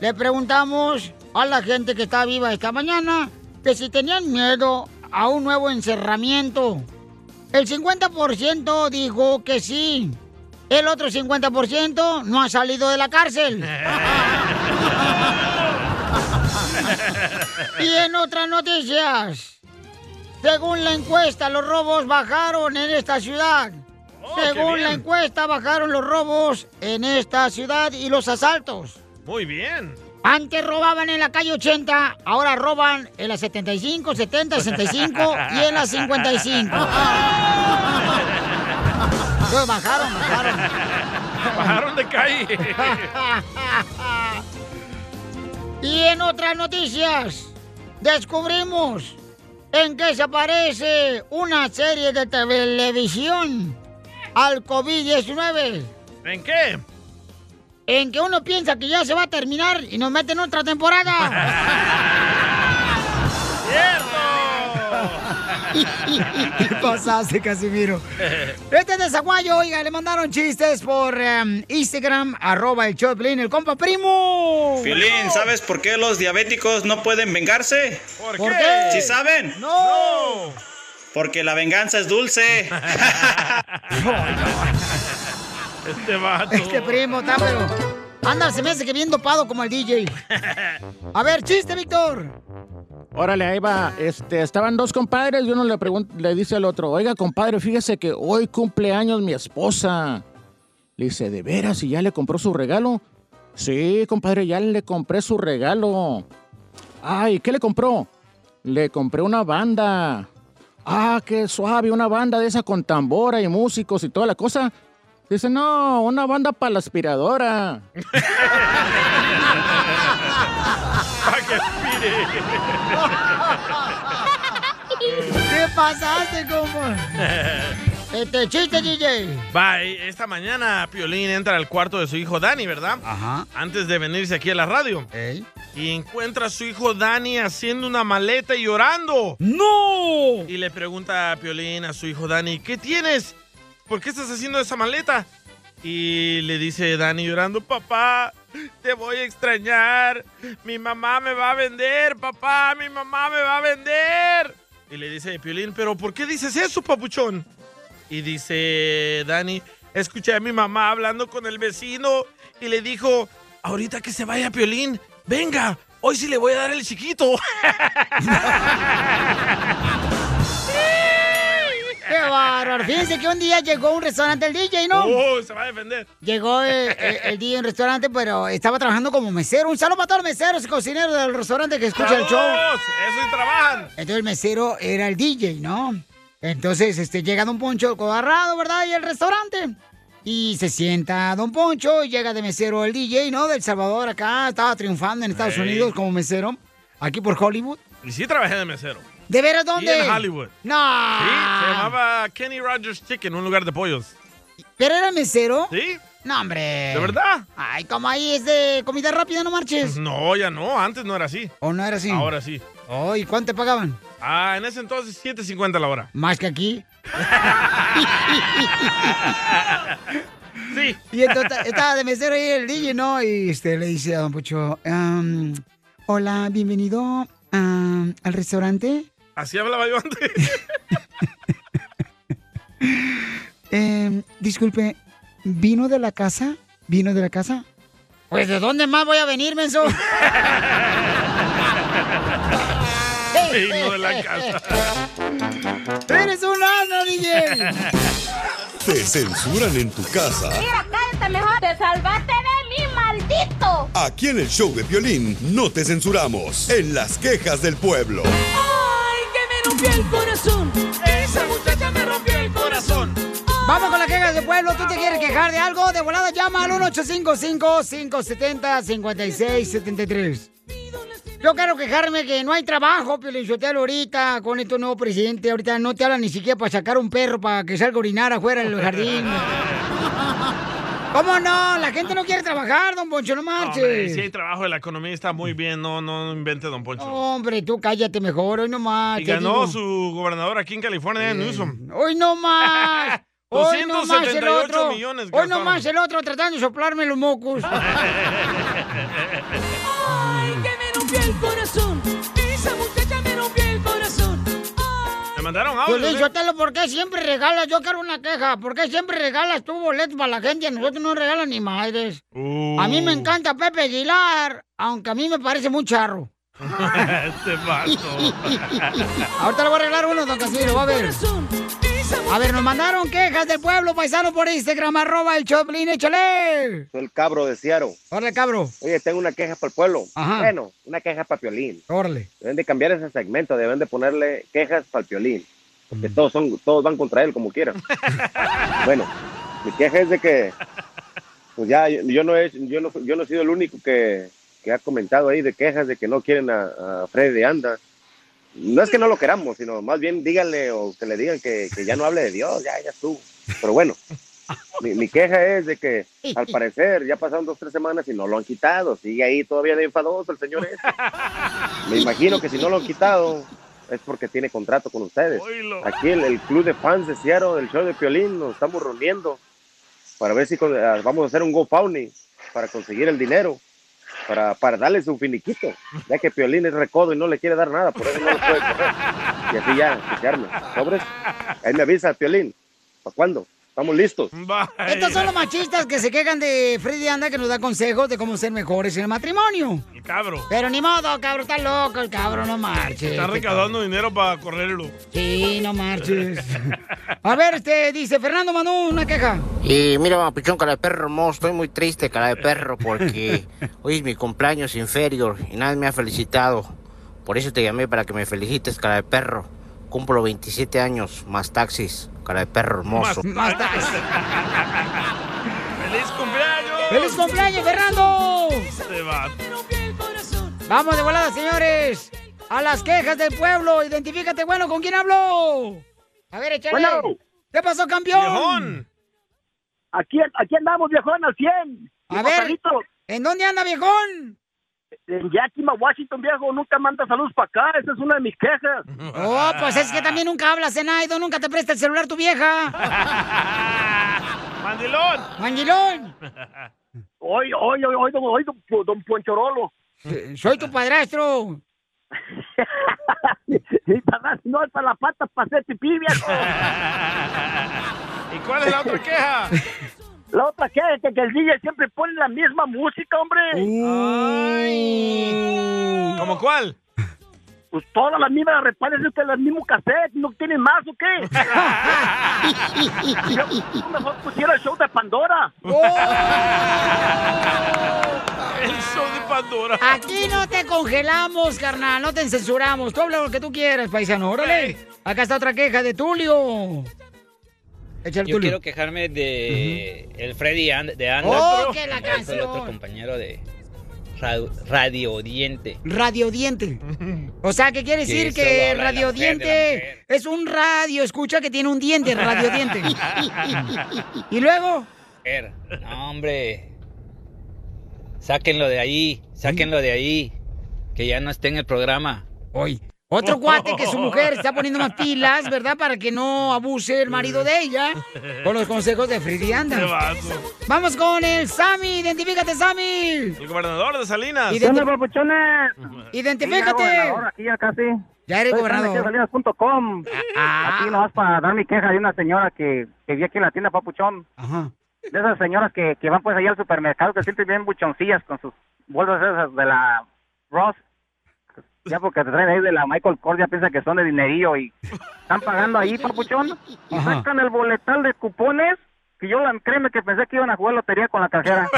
S3: Le preguntamos a la gente que está viva esta mañana que si tenían miedo a un nuevo encerramiento. El 50% dijo que sí. El otro 50% no ha salido de la cárcel. Y en otras noticias, según la encuesta, los robos bajaron en esta ciudad. según
S2: bien.
S3: la encuesta, bajaron los robos en esta ciudad y los asaltos.
S2: Muy bien.
S3: Antes robaban en la calle 80, ahora roban en la 75, 70, 65 y en la 55. Entonces bajaron, bajaron.
S2: Bajaron
S1: (laughs)
S2: de calle.
S3: Y en otras noticias, descubrimos en qué se parece una serie de televisión al COVID-19.
S2: ¿En qué?
S3: En que uno piensa que ya se va a terminar y nos meten otra temporada.
S2: (laughs)
S3: ¿Qué pasaste, Casimiro? Este es de Zaguayo, oiga, le mandaron chistes por em, Instagram, arroba el Choplin, el compa primo.
S20: Violín, ¿sabes por qué los diabéticos no pueden vengarse?
S3: ¿Por ¿Por qué? qué?
S20: ¿Sí saben?
S3: ¡No!
S20: Porque la venganza es
S3: (laughs)
S20: dulce.
S2: Este vato.
S3: Este primo está, pero. Anda, se me hace que bien dopado como el DJ. A ver, chiste, Víctor.
S15: Órale, ahí va. Este, estaban dos compadres y uno le, pregun- le dice al otro, oiga, compadre, fíjese que hoy cumple años mi esposa. Le dice, ¿de veras? ¿Y ya le compró su regalo? Sí, compadre, ya le compré su regalo. Ay, ¿qué le compró? Le compré una banda. Ah, qué suave, una banda de esa con tambora y músicos y toda la cosa. Dice, no, una banda para la aspiradora.
S1: ¡Para que aspire!
S3: ¿Qué pasaste, compa? (laughs) Este chiste, DJ.
S2: Va, eh, esta mañana Piolín entra al cuarto de su hijo Dani, ¿verdad?
S3: Ajá.
S2: Antes de venirse aquí a la radio. Y encuentra a su hijo Dani haciendo una maleta y llorando.
S3: ¡No!
S2: Y le pregunta a Piolín a su hijo Dani, ¿qué tienes? ¿Por qué estás haciendo esa maleta? Y le dice Dani llorando, papá, te voy a extrañar. Mi mamá me va a vender, papá, mi mamá me va a vender. Y le dice Piolín, pero ¿por qué dices eso, papuchón? Y dice Dani, escuché a mi mamá hablando con el vecino y le dijo, ahorita que se vaya Piolín, venga, hoy sí le voy a dar el chiquito. (laughs)
S3: ¡Qué bárbaro! Fíjense que un día llegó a un restaurante el DJ, ¿no?
S2: Oh, se va a defender.
S3: Llegó eh, eh, el, día en un restaurante, pero estaba trabajando como mesero. Un saludo para todos los meseros y cocineros del restaurante que escucha el show.
S2: ¡Saludos! ¡Eso y trabajan!
S3: Entonces el mesero era el DJ, ¿no? Entonces, este, llega Don Poncho cobarrado, ¿verdad? Y el restaurante. Y se sienta Don Poncho y llega de mesero el DJ, ¿no? Del Salvador acá, estaba triunfando en Estados
S2: Ey.
S3: Unidos como mesero, aquí por Hollywood.
S2: Y sí trabajé de mesero.
S3: ¿De veras dónde?
S2: Y en Hollywood.
S3: No. Ah.
S2: Sí, se llamaba Kenny Rogers Chicken, un lugar de pollos.
S3: ¿Pero era mesero?
S2: Sí.
S3: No, hombre.
S2: ¿De verdad?
S3: Ay, como ahí es de comida rápida, no marches.
S2: No, ya no, antes no era así.
S3: ¿O no era así?
S2: Ahora sí.
S3: Oh, ¿y cuánto te pagaban?
S2: Ah, en ese entonces 7.50 la hora.
S3: ¿Más que aquí?
S2: (laughs) sí.
S3: Y entonces estaba de mesero ahí el DJ, ¿no? Y este, le dice a Don Pucho, "Am, hola, bienvenido am, al restaurante.
S2: Así hablaba yo antes.
S3: Em, disculpe, ¿vino de la casa? ¿Vino de la casa? Pues de dónde más voy a venir,
S4: (laughs)
S3: menso.
S2: Vino de la casa.
S3: ¡Eres un asno, DJ!
S6: Te censuran en tu casa.
S1: cállate mejor. Te salvaste de mí, maldito.
S6: Aquí en el show de violín no te censuramos. En las quejas del pueblo.
S1: Ay, que me rompió el corazón. Esa muchacha me rompió el corazón.
S3: Vamos con las quejas de pueblo. ¿Tú te quieres quejar de algo? De volada llama al 1855-570-5673. Yo quiero quejarme que no hay trabajo, Piolichotelo, ahorita, con este nuevo presidente. Ahorita no te hablan ni siquiera para sacar un perro para que salga a orinar afuera del jardín. ¿Cómo no? La gente no quiere trabajar, don Poncho, no
S2: Hombre, si
S3: marches.
S2: hay trabajo, la economía está muy bien. No, no invente, don Poncho.
S3: Hombre, tú cállate mejor, hoy no más.
S2: y
S3: te
S2: ganó
S3: digo.
S2: su gobernador aquí en California, Newsom.
S3: Hoy no más. Hoy no más el
S2: 278
S3: otro.
S2: millones
S3: Hoy no
S2: gastaron.
S3: más el otro tratando de soplarme los mocos.
S1: Ay, que me rompió el corazón. Esa muchacha me rompió el corazón. Pues
S2: Le mandaron
S3: Yo
S2: audio. eh?
S3: le
S1: eh.
S3: digo, Telo, Pues, ¿por qué siempre regalas? Yo quiero una queja. ¿Por qué siempre regalas tú boletos para la gente y a nosotros no regalan ni madres?
S2: Uh.
S3: A mí me
S1: Uh.
S3: encanta Pepe Aguilar, aunque a mí me parece muy charro.
S2: (laughs) este
S1: (laughs)
S2: vato.
S3: Ahorita le voy a arreglar uno, don Casimiro, va a ver. A ver, nos mandaron quejas del pueblo paisano por Instagram, arroba el Choplin, échale.
S10: Soy el cabro de Ciaro.
S3: Órale, cabro.
S10: Oye, tengo una queja para el pueblo.
S3: Ajá.
S10: Bueno, una queja para Piolín.
S3: Órale.
S10: Deben de cambiar ese segmento, deben de ponerle quejas para el Piolín.
S3: Mm.
S10: Porque todos, son, todos van contra él, como
S3: (laughs)
S10: quieran. bueno, mi queja es de que... Pues ya, yo, yo no he, yo, no, yo no he sido el único que, que ha comentado ahí de quejas de que no quieren a, a Freddy de Anda. No es que no lo queramos, sino más bien díganle o que le digan que, que ya no hable de Dios, ya, ya estuvo. Pero bueno, mi, mi queja es de que al parecer ya pasaron dos, tres semanas y no lo han quitado. Sigue ahí todavía de enfadoso el señor ese. Me imagino que si no lo han quitado es porque tiene contrato con ustedes. Aquí el, el club de fans de Seattle, del show de Piolín, nos estamos reuniendo para ver si con- ah, vamos a hacer un GoFundMe para conseguir el dinero, para, para darle su finiquito, ya que Piolín es recodo y no le quiere dar nada, por eso no lo puede correr. Y así ya, que se arma. Sobres, ahí me avisa Piolín, ¿para cuándo? Estamos listos.
S3: Estos son los machistas que se quejan de Freddy Anda que nos da consejos de cómo ser mejores en el matrimonio.
S2: El cabro.
S3: Pero ni modo, cabro, está loco el cabro, no marches.
S2: Están recaudando dinero para correrlo.
S3: Sí, no marches. A ver, este, dice, Fernando mandó una queja.
S18: Y mira, papuchón, cara de perro hermoso, estoy muy triste, cara de perro, porque hoy es mi cumpleaños inferior y nadie me ha felicitado. Por eso te llamé para que me felicites, cara de perro. Cumplo 27 años, más taxis, cara de perro hermoso.
S2: (laughs) ¡Feliz cumpleaños!
S3: ¡Feliz cumpleaños, Fernando!
S2: Este vato.
S3: Vamos de volada, señores. A las quejas del pueblo. Identifícate, bueno, ¿con quién hablo? A ver, échale.
S17: Bueno.
S3: ¿Qué pasó, campeón?
S17: Aquí, aquí andamos, viejón, al 100.
S3: A ver,
S17: ¿en dónde anda, viejón? En Yakima, Washington, viejo. Nunca manda saludos para acá. Esa es una de mis quejas.
S3: Oh, pues es que
S2: (laughs)
S3: también nunca hablas, Zenaido. Nunca te presta el celular tu vieja.
S2: ¡Mandilón!
S3: ¡Manguilón!
S17: Hoy, hoy, hoy, hoy, don, hoy, don, don Ponchorolo.
S3: Soy tu
S17: (laughs)
S3: padrastro.
S17: Mi padrastro no es para la pata, para hacer pipí, viejo.
S2: (laughs)
S3: (laughs)
S2: ¿Y cuál es la otra queja?
S17: (laughs) La otra queja es que, que el DJ siempre pone la misma música, hombre.
S2: ¿Cómo cuál?
S17: Pues todas las mismas, repárense usted el mismo cassette, ¿no tienen más o
S2: (laughs)
S17: qué? Yo yo mejor pusiera el show de Pandora.
S2: Oh.
S17: (laughs)
S2: El show de Pandora.
S3: Aquí no te congelamos, carnal. No te censuramos. Tú habla lo que tú quieras, paisano. Órale. Acá está otra queja de Tulio. Echa el
S27: Yo
S3: Tulio.
S27: quiero quejarme de el Freddy And- de Anda.
S3: Oh, que la
S27: Es el otro
S3: canción.
S27: compañero de ra- Radio Diente.
S3: Radiodiente. O sea, ¿qué quiere
S27: Que
S3: decir
S27: solo habla
S3: que
S27: de la mujer, de la
S3: Radiodiente
S27: mujer.
S3: es un radio, escucha que tiene un diente, Radiodiente. y luego,
S21: mujer. No, hombre. Sáquenlo de ahí, sáquenlo de ahí. Que ya no esté en el programa. Oh.
S3: Hoy.
S18: Oh.
S3: Otro cuate que su mujer está poniendo más pilas, ¿verdad? Para que no abuse el marido de ella con los consejos de Fridianda.
S2: Qué vato.
S3: Vamos con el Sammy. Identifícate, Sammy.
S2: El gobernador de Salinas.
S3: Identi-
S2: Sí, ya,
S3: Identifícate.
S2: gobernador,
S22: aquí ya casi.
S3: Ya eres
S22: Soy
S3: gobernador.
S22: Carmen Quiero Salinas.com. Aquí nomás para dar mi queja de una señora que, que vi aquí en la tienda Papuchón. De esas señoras que, que van pues allá al supermercado que siempre vienen buchoncillas con sus bolsas esas de la Ross. Ya porque te traen ahí de la Michael Kors, ya piensa que son de dinerillo y están pagando ahí, Papuchón. Y
S12: Ajá.
S22: sacan el boletal de cupones que yo, la- créeme que pensé que iban a jugar lotería con la cajera.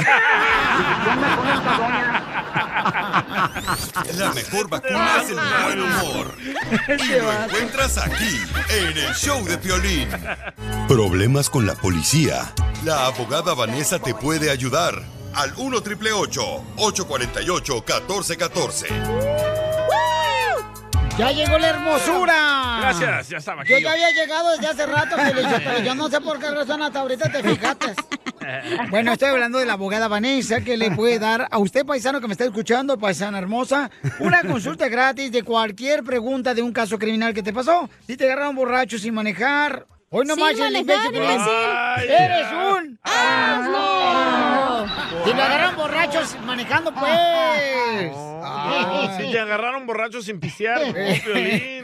S9: La mejor vacuna es el buen humor. Y lo encuentras aquí, en el show de Piolín.
S6: Problemas con la policía. La abogada Vanessa te puede ayudar.
S9: Al 1 triple 848 1414.
S3: Ya llegó la hermosura.
S2: Ah. Gracias, ya estaba aquí.
S3: Yo ya había llegado desde hace rato, Piolín, (laughs) pero yo no sé por
S2: (laughs)
S3: qué razón hasta ahorita te fijaste. Bueno, estoy hablando de la abogada Vanessa que le puede dar a usted, paisano que me está escuchando, paisana hermosa, una consulta gratis de cualquier pregunta de un caso criminal que te pasó. Si te agarraron borracho sin manejar, hoy no
S12: Sin
S3: más el
S12: manejar,
S3: imbécil, Piolín.
S12: imbécil.
S3: Eres un asno. Si lo agarraron borracho sin- manejando, pues.
S2: No, si te agarraron borracho sin
S3: (laughs)
S2: pisear, Piolín.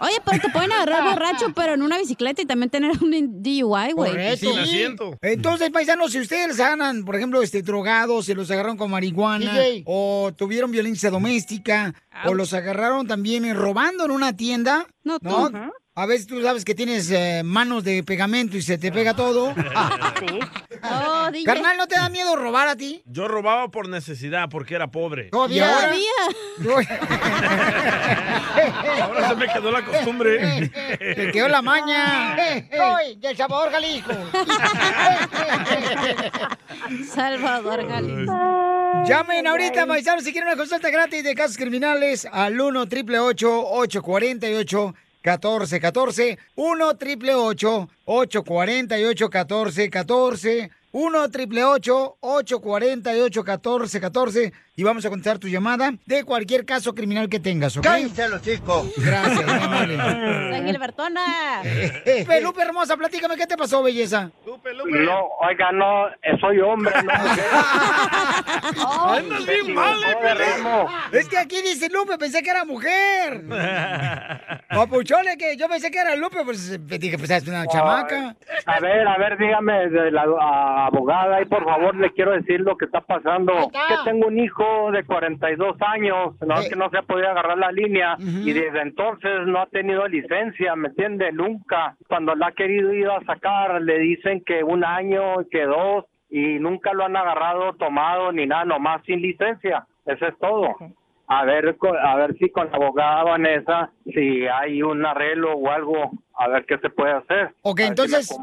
S4: Oye, pero te pueden agarrar borracho, pero en una bicicleta y también tener un DUI, güey. pues
S3: Correcto. Entonces, paisanos, si ustedes ganan, por ejemplo, este drogados, se los agarraron con marihuana,
S4: DJ.
S3: o tuvieron violencia doméstica, o los agarraron también eh, robando en una tienda, ¿no?
S12: tú.
S3: A veces tú ¿eh? sabes que tienes eh, manos de pegamento y se te pega todo.
S4: Oh, DJ.
S3: Carnal, ¿no te da miedo robar a ti?
S2: Yo robaba por necesidad porque era pobre.
S3: Todavía.
S2: Y ahora-
S3: Todavía.
S2: (laughs) Ahora se me quedó la costumbre.
S3: Te quedó la (laughs) maña. Soy del Salvador, (laughs) Jalisco.
S4: (laughs) Salvador Jalisco.
S3: Llamen ahorita, paisanos, si quieren una consulta gratis de casos criminales al 1 888 848 1414 1 888 848 1414 1 888 848 1414 y vamos a contestar tu llamada de cualquier caso criminal que tengas, ¿ok?
S4: Cállense
S3: los (laughs) chicos! Gracias, muy
S4: San
S3: amable.
S4: Gilbertona.
S3: Pelupe hermosa, platícame, ¿qué te pasó, belleza?
S22: No, oiga, no, eh, soy hombre, no mujer.
S3: Andas bien mal, eh, Es que aquí dice Lupe, pensé que era mujer. eh. Papuchones, que yo pensé que era Lupe, pues eh, dije, pues es una chamaca.
S22: A ver, a ver, dígame de la a- abogada y por favor le quiero decir lo que está pasando. Que tengo un hijo de 42 años, no
S3: Eh.
S22: que no se ha podido agarrar la línea y desde entonces no ha tenido licencia, ¿me entiende? Nunca. Cuando la ha querido ir a sacar le dicen que un año, que dos y nunca lo han agarrado, tomado ni nada, nomás sin licencia. Eso es todo. A ver, co- a ver si con la abogada Vanessa, si hay un arreglo o algo, a ver qué se puede hacer.
S3: Ok, entonces,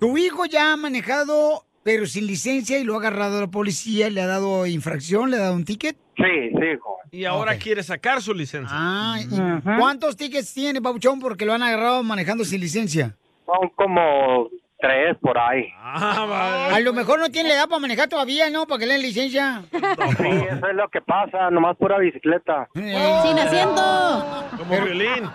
S3: tu hijo ya ha manejado, pero sin licencia y lo ha agarrado la policía, le ha dado infracción, le ha dado un ticket.
S22: Sí, sí, joven.
S2: Y ahora quiere sacar su licencia.
S3: Ah, ¿y ¿Cuántos tickets tiene, Papuchón, porque lo han agarrado manejando sin licencia?
S22: Son como tres por ahí.
S2: Ah,
S3: A lo mejor no tiene la edad para manejar todavía, ¿no? Para que le
S7: (laughs)
S3: den licencia.
S22: Sí, eso es lo que pasa, nomás pura bicicleta.
S3: Sin
S4: asiento.
S3: Como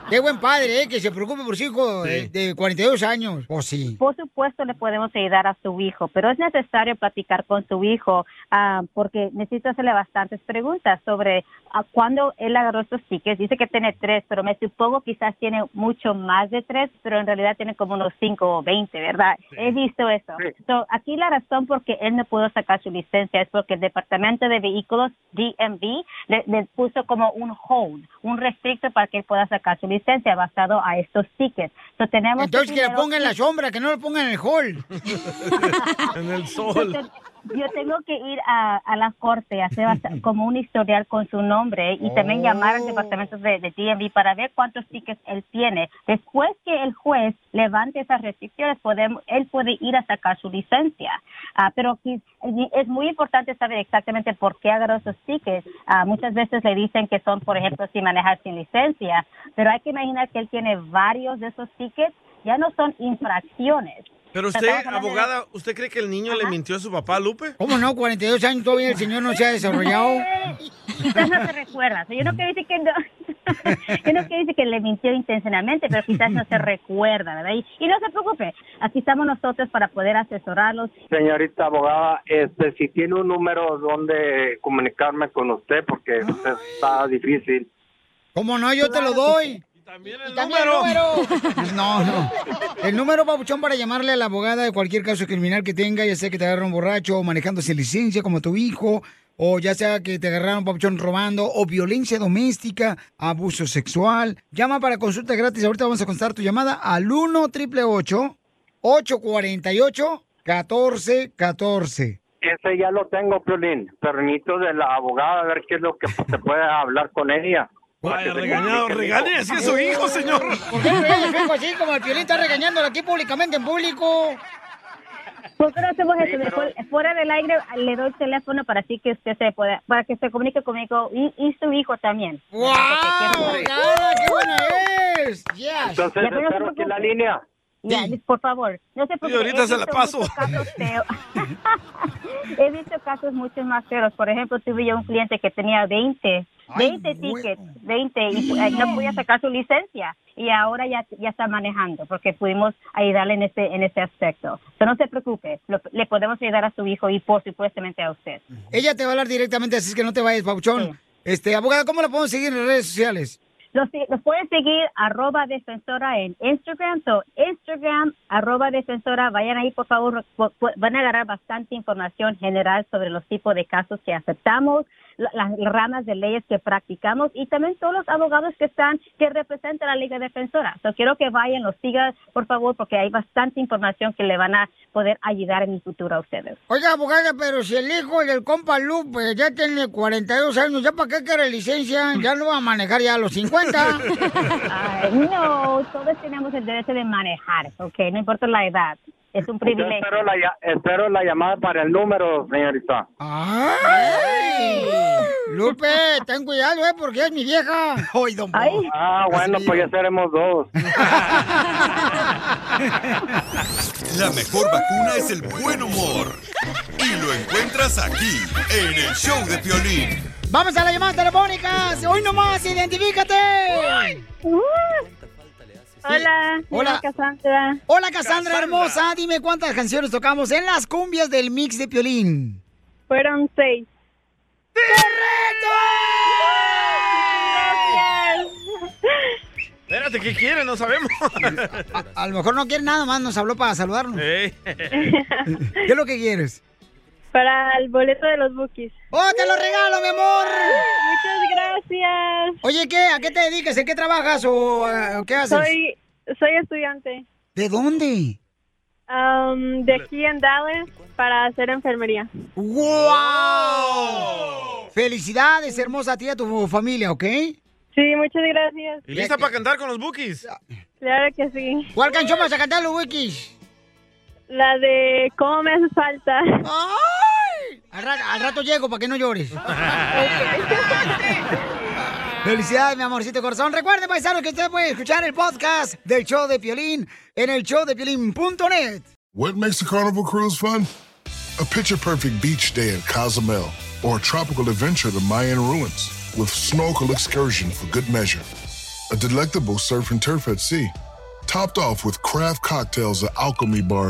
S3: Qué buen padre, ¿eh? Que se preocupe por su hijo eh, de 42 años. O sí.
S7: Por supuesto le podemos ayudar a su hijo, pero es necesario platicar con su hijo ah, porque necesito hacerle bastantes preguntas sobre ah, cuándo él agarró estos tickets. Dice que tiene tres, pero me supongo quizás tiene mucho más de tres, pero en realidad tiene como unos cinco o veinte, ¿verdad? He visto eso. So, aquí la razón por que él no pudo sacar su licencia es porque el Departamento de Vehículos, DMV, le, le puso como un hold, un restricto para que él pueda sacar su licencia basado a estos tickets. So, tenemos
S3: Entonces que le
S7: primero-
S3: ponga en la sombra, que no le ponga en el hall.
S2: (laughs) en
S7: (laughs)
S2: el
S7: yo, te- yo tengo que ir a, a la corte, hacer hasta- como un historial con su nombre y también Oh. llamar al departamento de, de DMV para ver cuántos tickets él tiene. Después que el juez levante esas restricciones, podemos, él puede ir a sacar su licencia. Ah, pero qui- es muy importante saber exactamente por qué agarró esos tickets. Ah, muchas veces le dicen que son, por ejemplo, sin manejar sin licencia, pero hay que imaginar que él tiene varios de esos tickets, ya no son infracciones
S2: Pero usted, abogada, ¿usted cree que el niño le mintió a su papá, Lupe?
S3: ¿Cómo no? 42 años todavía el señor no se ha desarrollado.
S7: Quizás no se recuerda. O sea, yo no quiero decir que no. (laughs) yo no quiero decir que le mintió intencionalmente, pero quizás no se recuerda, ¿verdad? Y, y no se preocupe. Aquí estamos nosotros para poder asesorarlos.
S22: Señorita abogada, este, si tiene un número donde comunicarme con usted, porque pues, está difícil.
S3: ¿Cómo no? Yo te lo doy. Y también el número. No, no. El número, papuchón, para llamarle a la abogada de cualquier caso criminal que tenga, ya sea que te agarraron borracho o manejando sin licencia como tu hijo, o ya sea que te agarraron, papuchón, robando, o violencia doméstica, abuso sexual. Llama para consulta gratis. Ahorita vamos a contestar tu llamada al 1 888 848 1414
S22: Ese ya lo tengo, Piolín, pero necesito de la abogada a ver qué es lo que se
S2: (laughs)
S22: puede hablar con ella.
S2: Vaya, regañado, regañe, así es su hijo, señor.
S3: ¿Por qué regaña a su hijo así como el Piolín está regañándolo aquí públicamente en público?
S7: ¿Por qué no hacemos eso? Después, fuera del aire le doy el teléfono para así que usted se pueda, para que se comunique conmigo y, y su hijo también.
S3: ¡Wow! ¡Abogada, qué buena es!
S7: Ya.
S22: Entonces,
S7: Ya, pero no se
S22: espero que
S7: preocupe.
S22: la línea.
S7: Ya, por favor, no se preocupe.
S22: Y ahorita
S7: He
S22: se la
S7: visto
S22: paso.
S7: muchos casos feos. He visto casos mucho más feos. Por ejemplo, tuve yo un cliente que tenía 20, 20 tickets, 20, y eh, no podía sacar su licencia. Y ahora ya, ya está manejando, porque pudimos ayudarle en este, en este aspecto. Pero no se preocupe, lo- le podemos ayudar a su hijo y, por supuestamente, a usted.
S3: Ella te va a hablar directamente, así es que no te vayas, papuchón. Este, abogada, ¿cómo la podemos seguir en las redes sociales?
S7: Los, los pueden seguir arroba defensora en Instagram. So, Instagram arroba defensora. Vayan ahí, por favor. po- po- Van a agarrar bastante información general sobre los tipos de casos que aceptamos, la- las ramas de leyes que practicamos y también todos los abogados que están, que representan a la Liga Defensora. So, quiero que vayan, los sigan, por favor, porque hay bastante información que le van a poder ayudar en el futuro a ustedes.
S3: Oiga, abogada, pero si el hijo del compa Lupe ya tiene 42 años, ¿ya para qué quiere licencia? Ya no va a manejar ya a los
S22: (laughs)
S3: 50.
S7: Ay, no, todos tenemos el derecho de manejar, ¿ok? No importa la edad. Es un
S22: Yo
S7: privilegio.
S22: espero la, ya- espero la llamada para el número, señorita. Ah,
S3: ¡Ay! Lupe, ten cuidado, ¿eh? Porque es mi vieja. ¡Ay, don
S22: Ah, bueno, pues ya seremos dos.
S6: La mejor vacuna es el buen humor. Y lo encuentras aquí, en el show de Piolín.
S3: ¡Vamos a las llamadas telefónicas! ¡Hoy nomás, identifícate!
S7: Hola,
S3: hola
S7: Cassandra.
S3: Hola Cassandra, hermosa, dime cuántas canciones tocamos en las cumbias del mix de Piolín.
S17: Fueron seis.
S2: Espérate, ¿qué quiere? No sabemos.
S3: A lo mejor no quiere nada más, nos habló para saludarnos.
S2: Ey.
S3: ¿Qué es lo que quieres?
S17: Para el boleto de los bookies.
S3: ¡Oh, te lo regalo, mi amor!
S17: Muchas gracias.
S3: Oye, ¿qué? ¿A qué te dedicas? ¿En qué trabajas o eh, qué haces?
S17: Soy, soy estudiante
S3: ¿De dónde?
S17: um, de aquí en Dallas para hacer enfermería.
S3: ¡Wow! Felicidades, hermosa tía, tu familia, ¿ok?
S17: Sí, muchas gracias.
S2: ¿Y lista para cantar con los bookies?
S17: Claro que sí.
S3: ¿Cuál canción vas a cantar, los wikis?
S17: La de ¿Cómo me haces falta?
S3: Ah, Al, ra- al rato llego para que no
S2: (laughs)
S3: llores. Felicidades, mi amorcito corazón. Recuerden, paisanos, que usted puede escuchar el podcast del show de Piolín en el show de Piolín.net.
S28: What makes a carnival cruise fun? A picture perfect beach day at Cozumel or a tropical adventure to Mayan ruins with snorkel excursion for good measure. A delectable surf and turf at sea, topped off with craft cocktails at Alchemy Bar.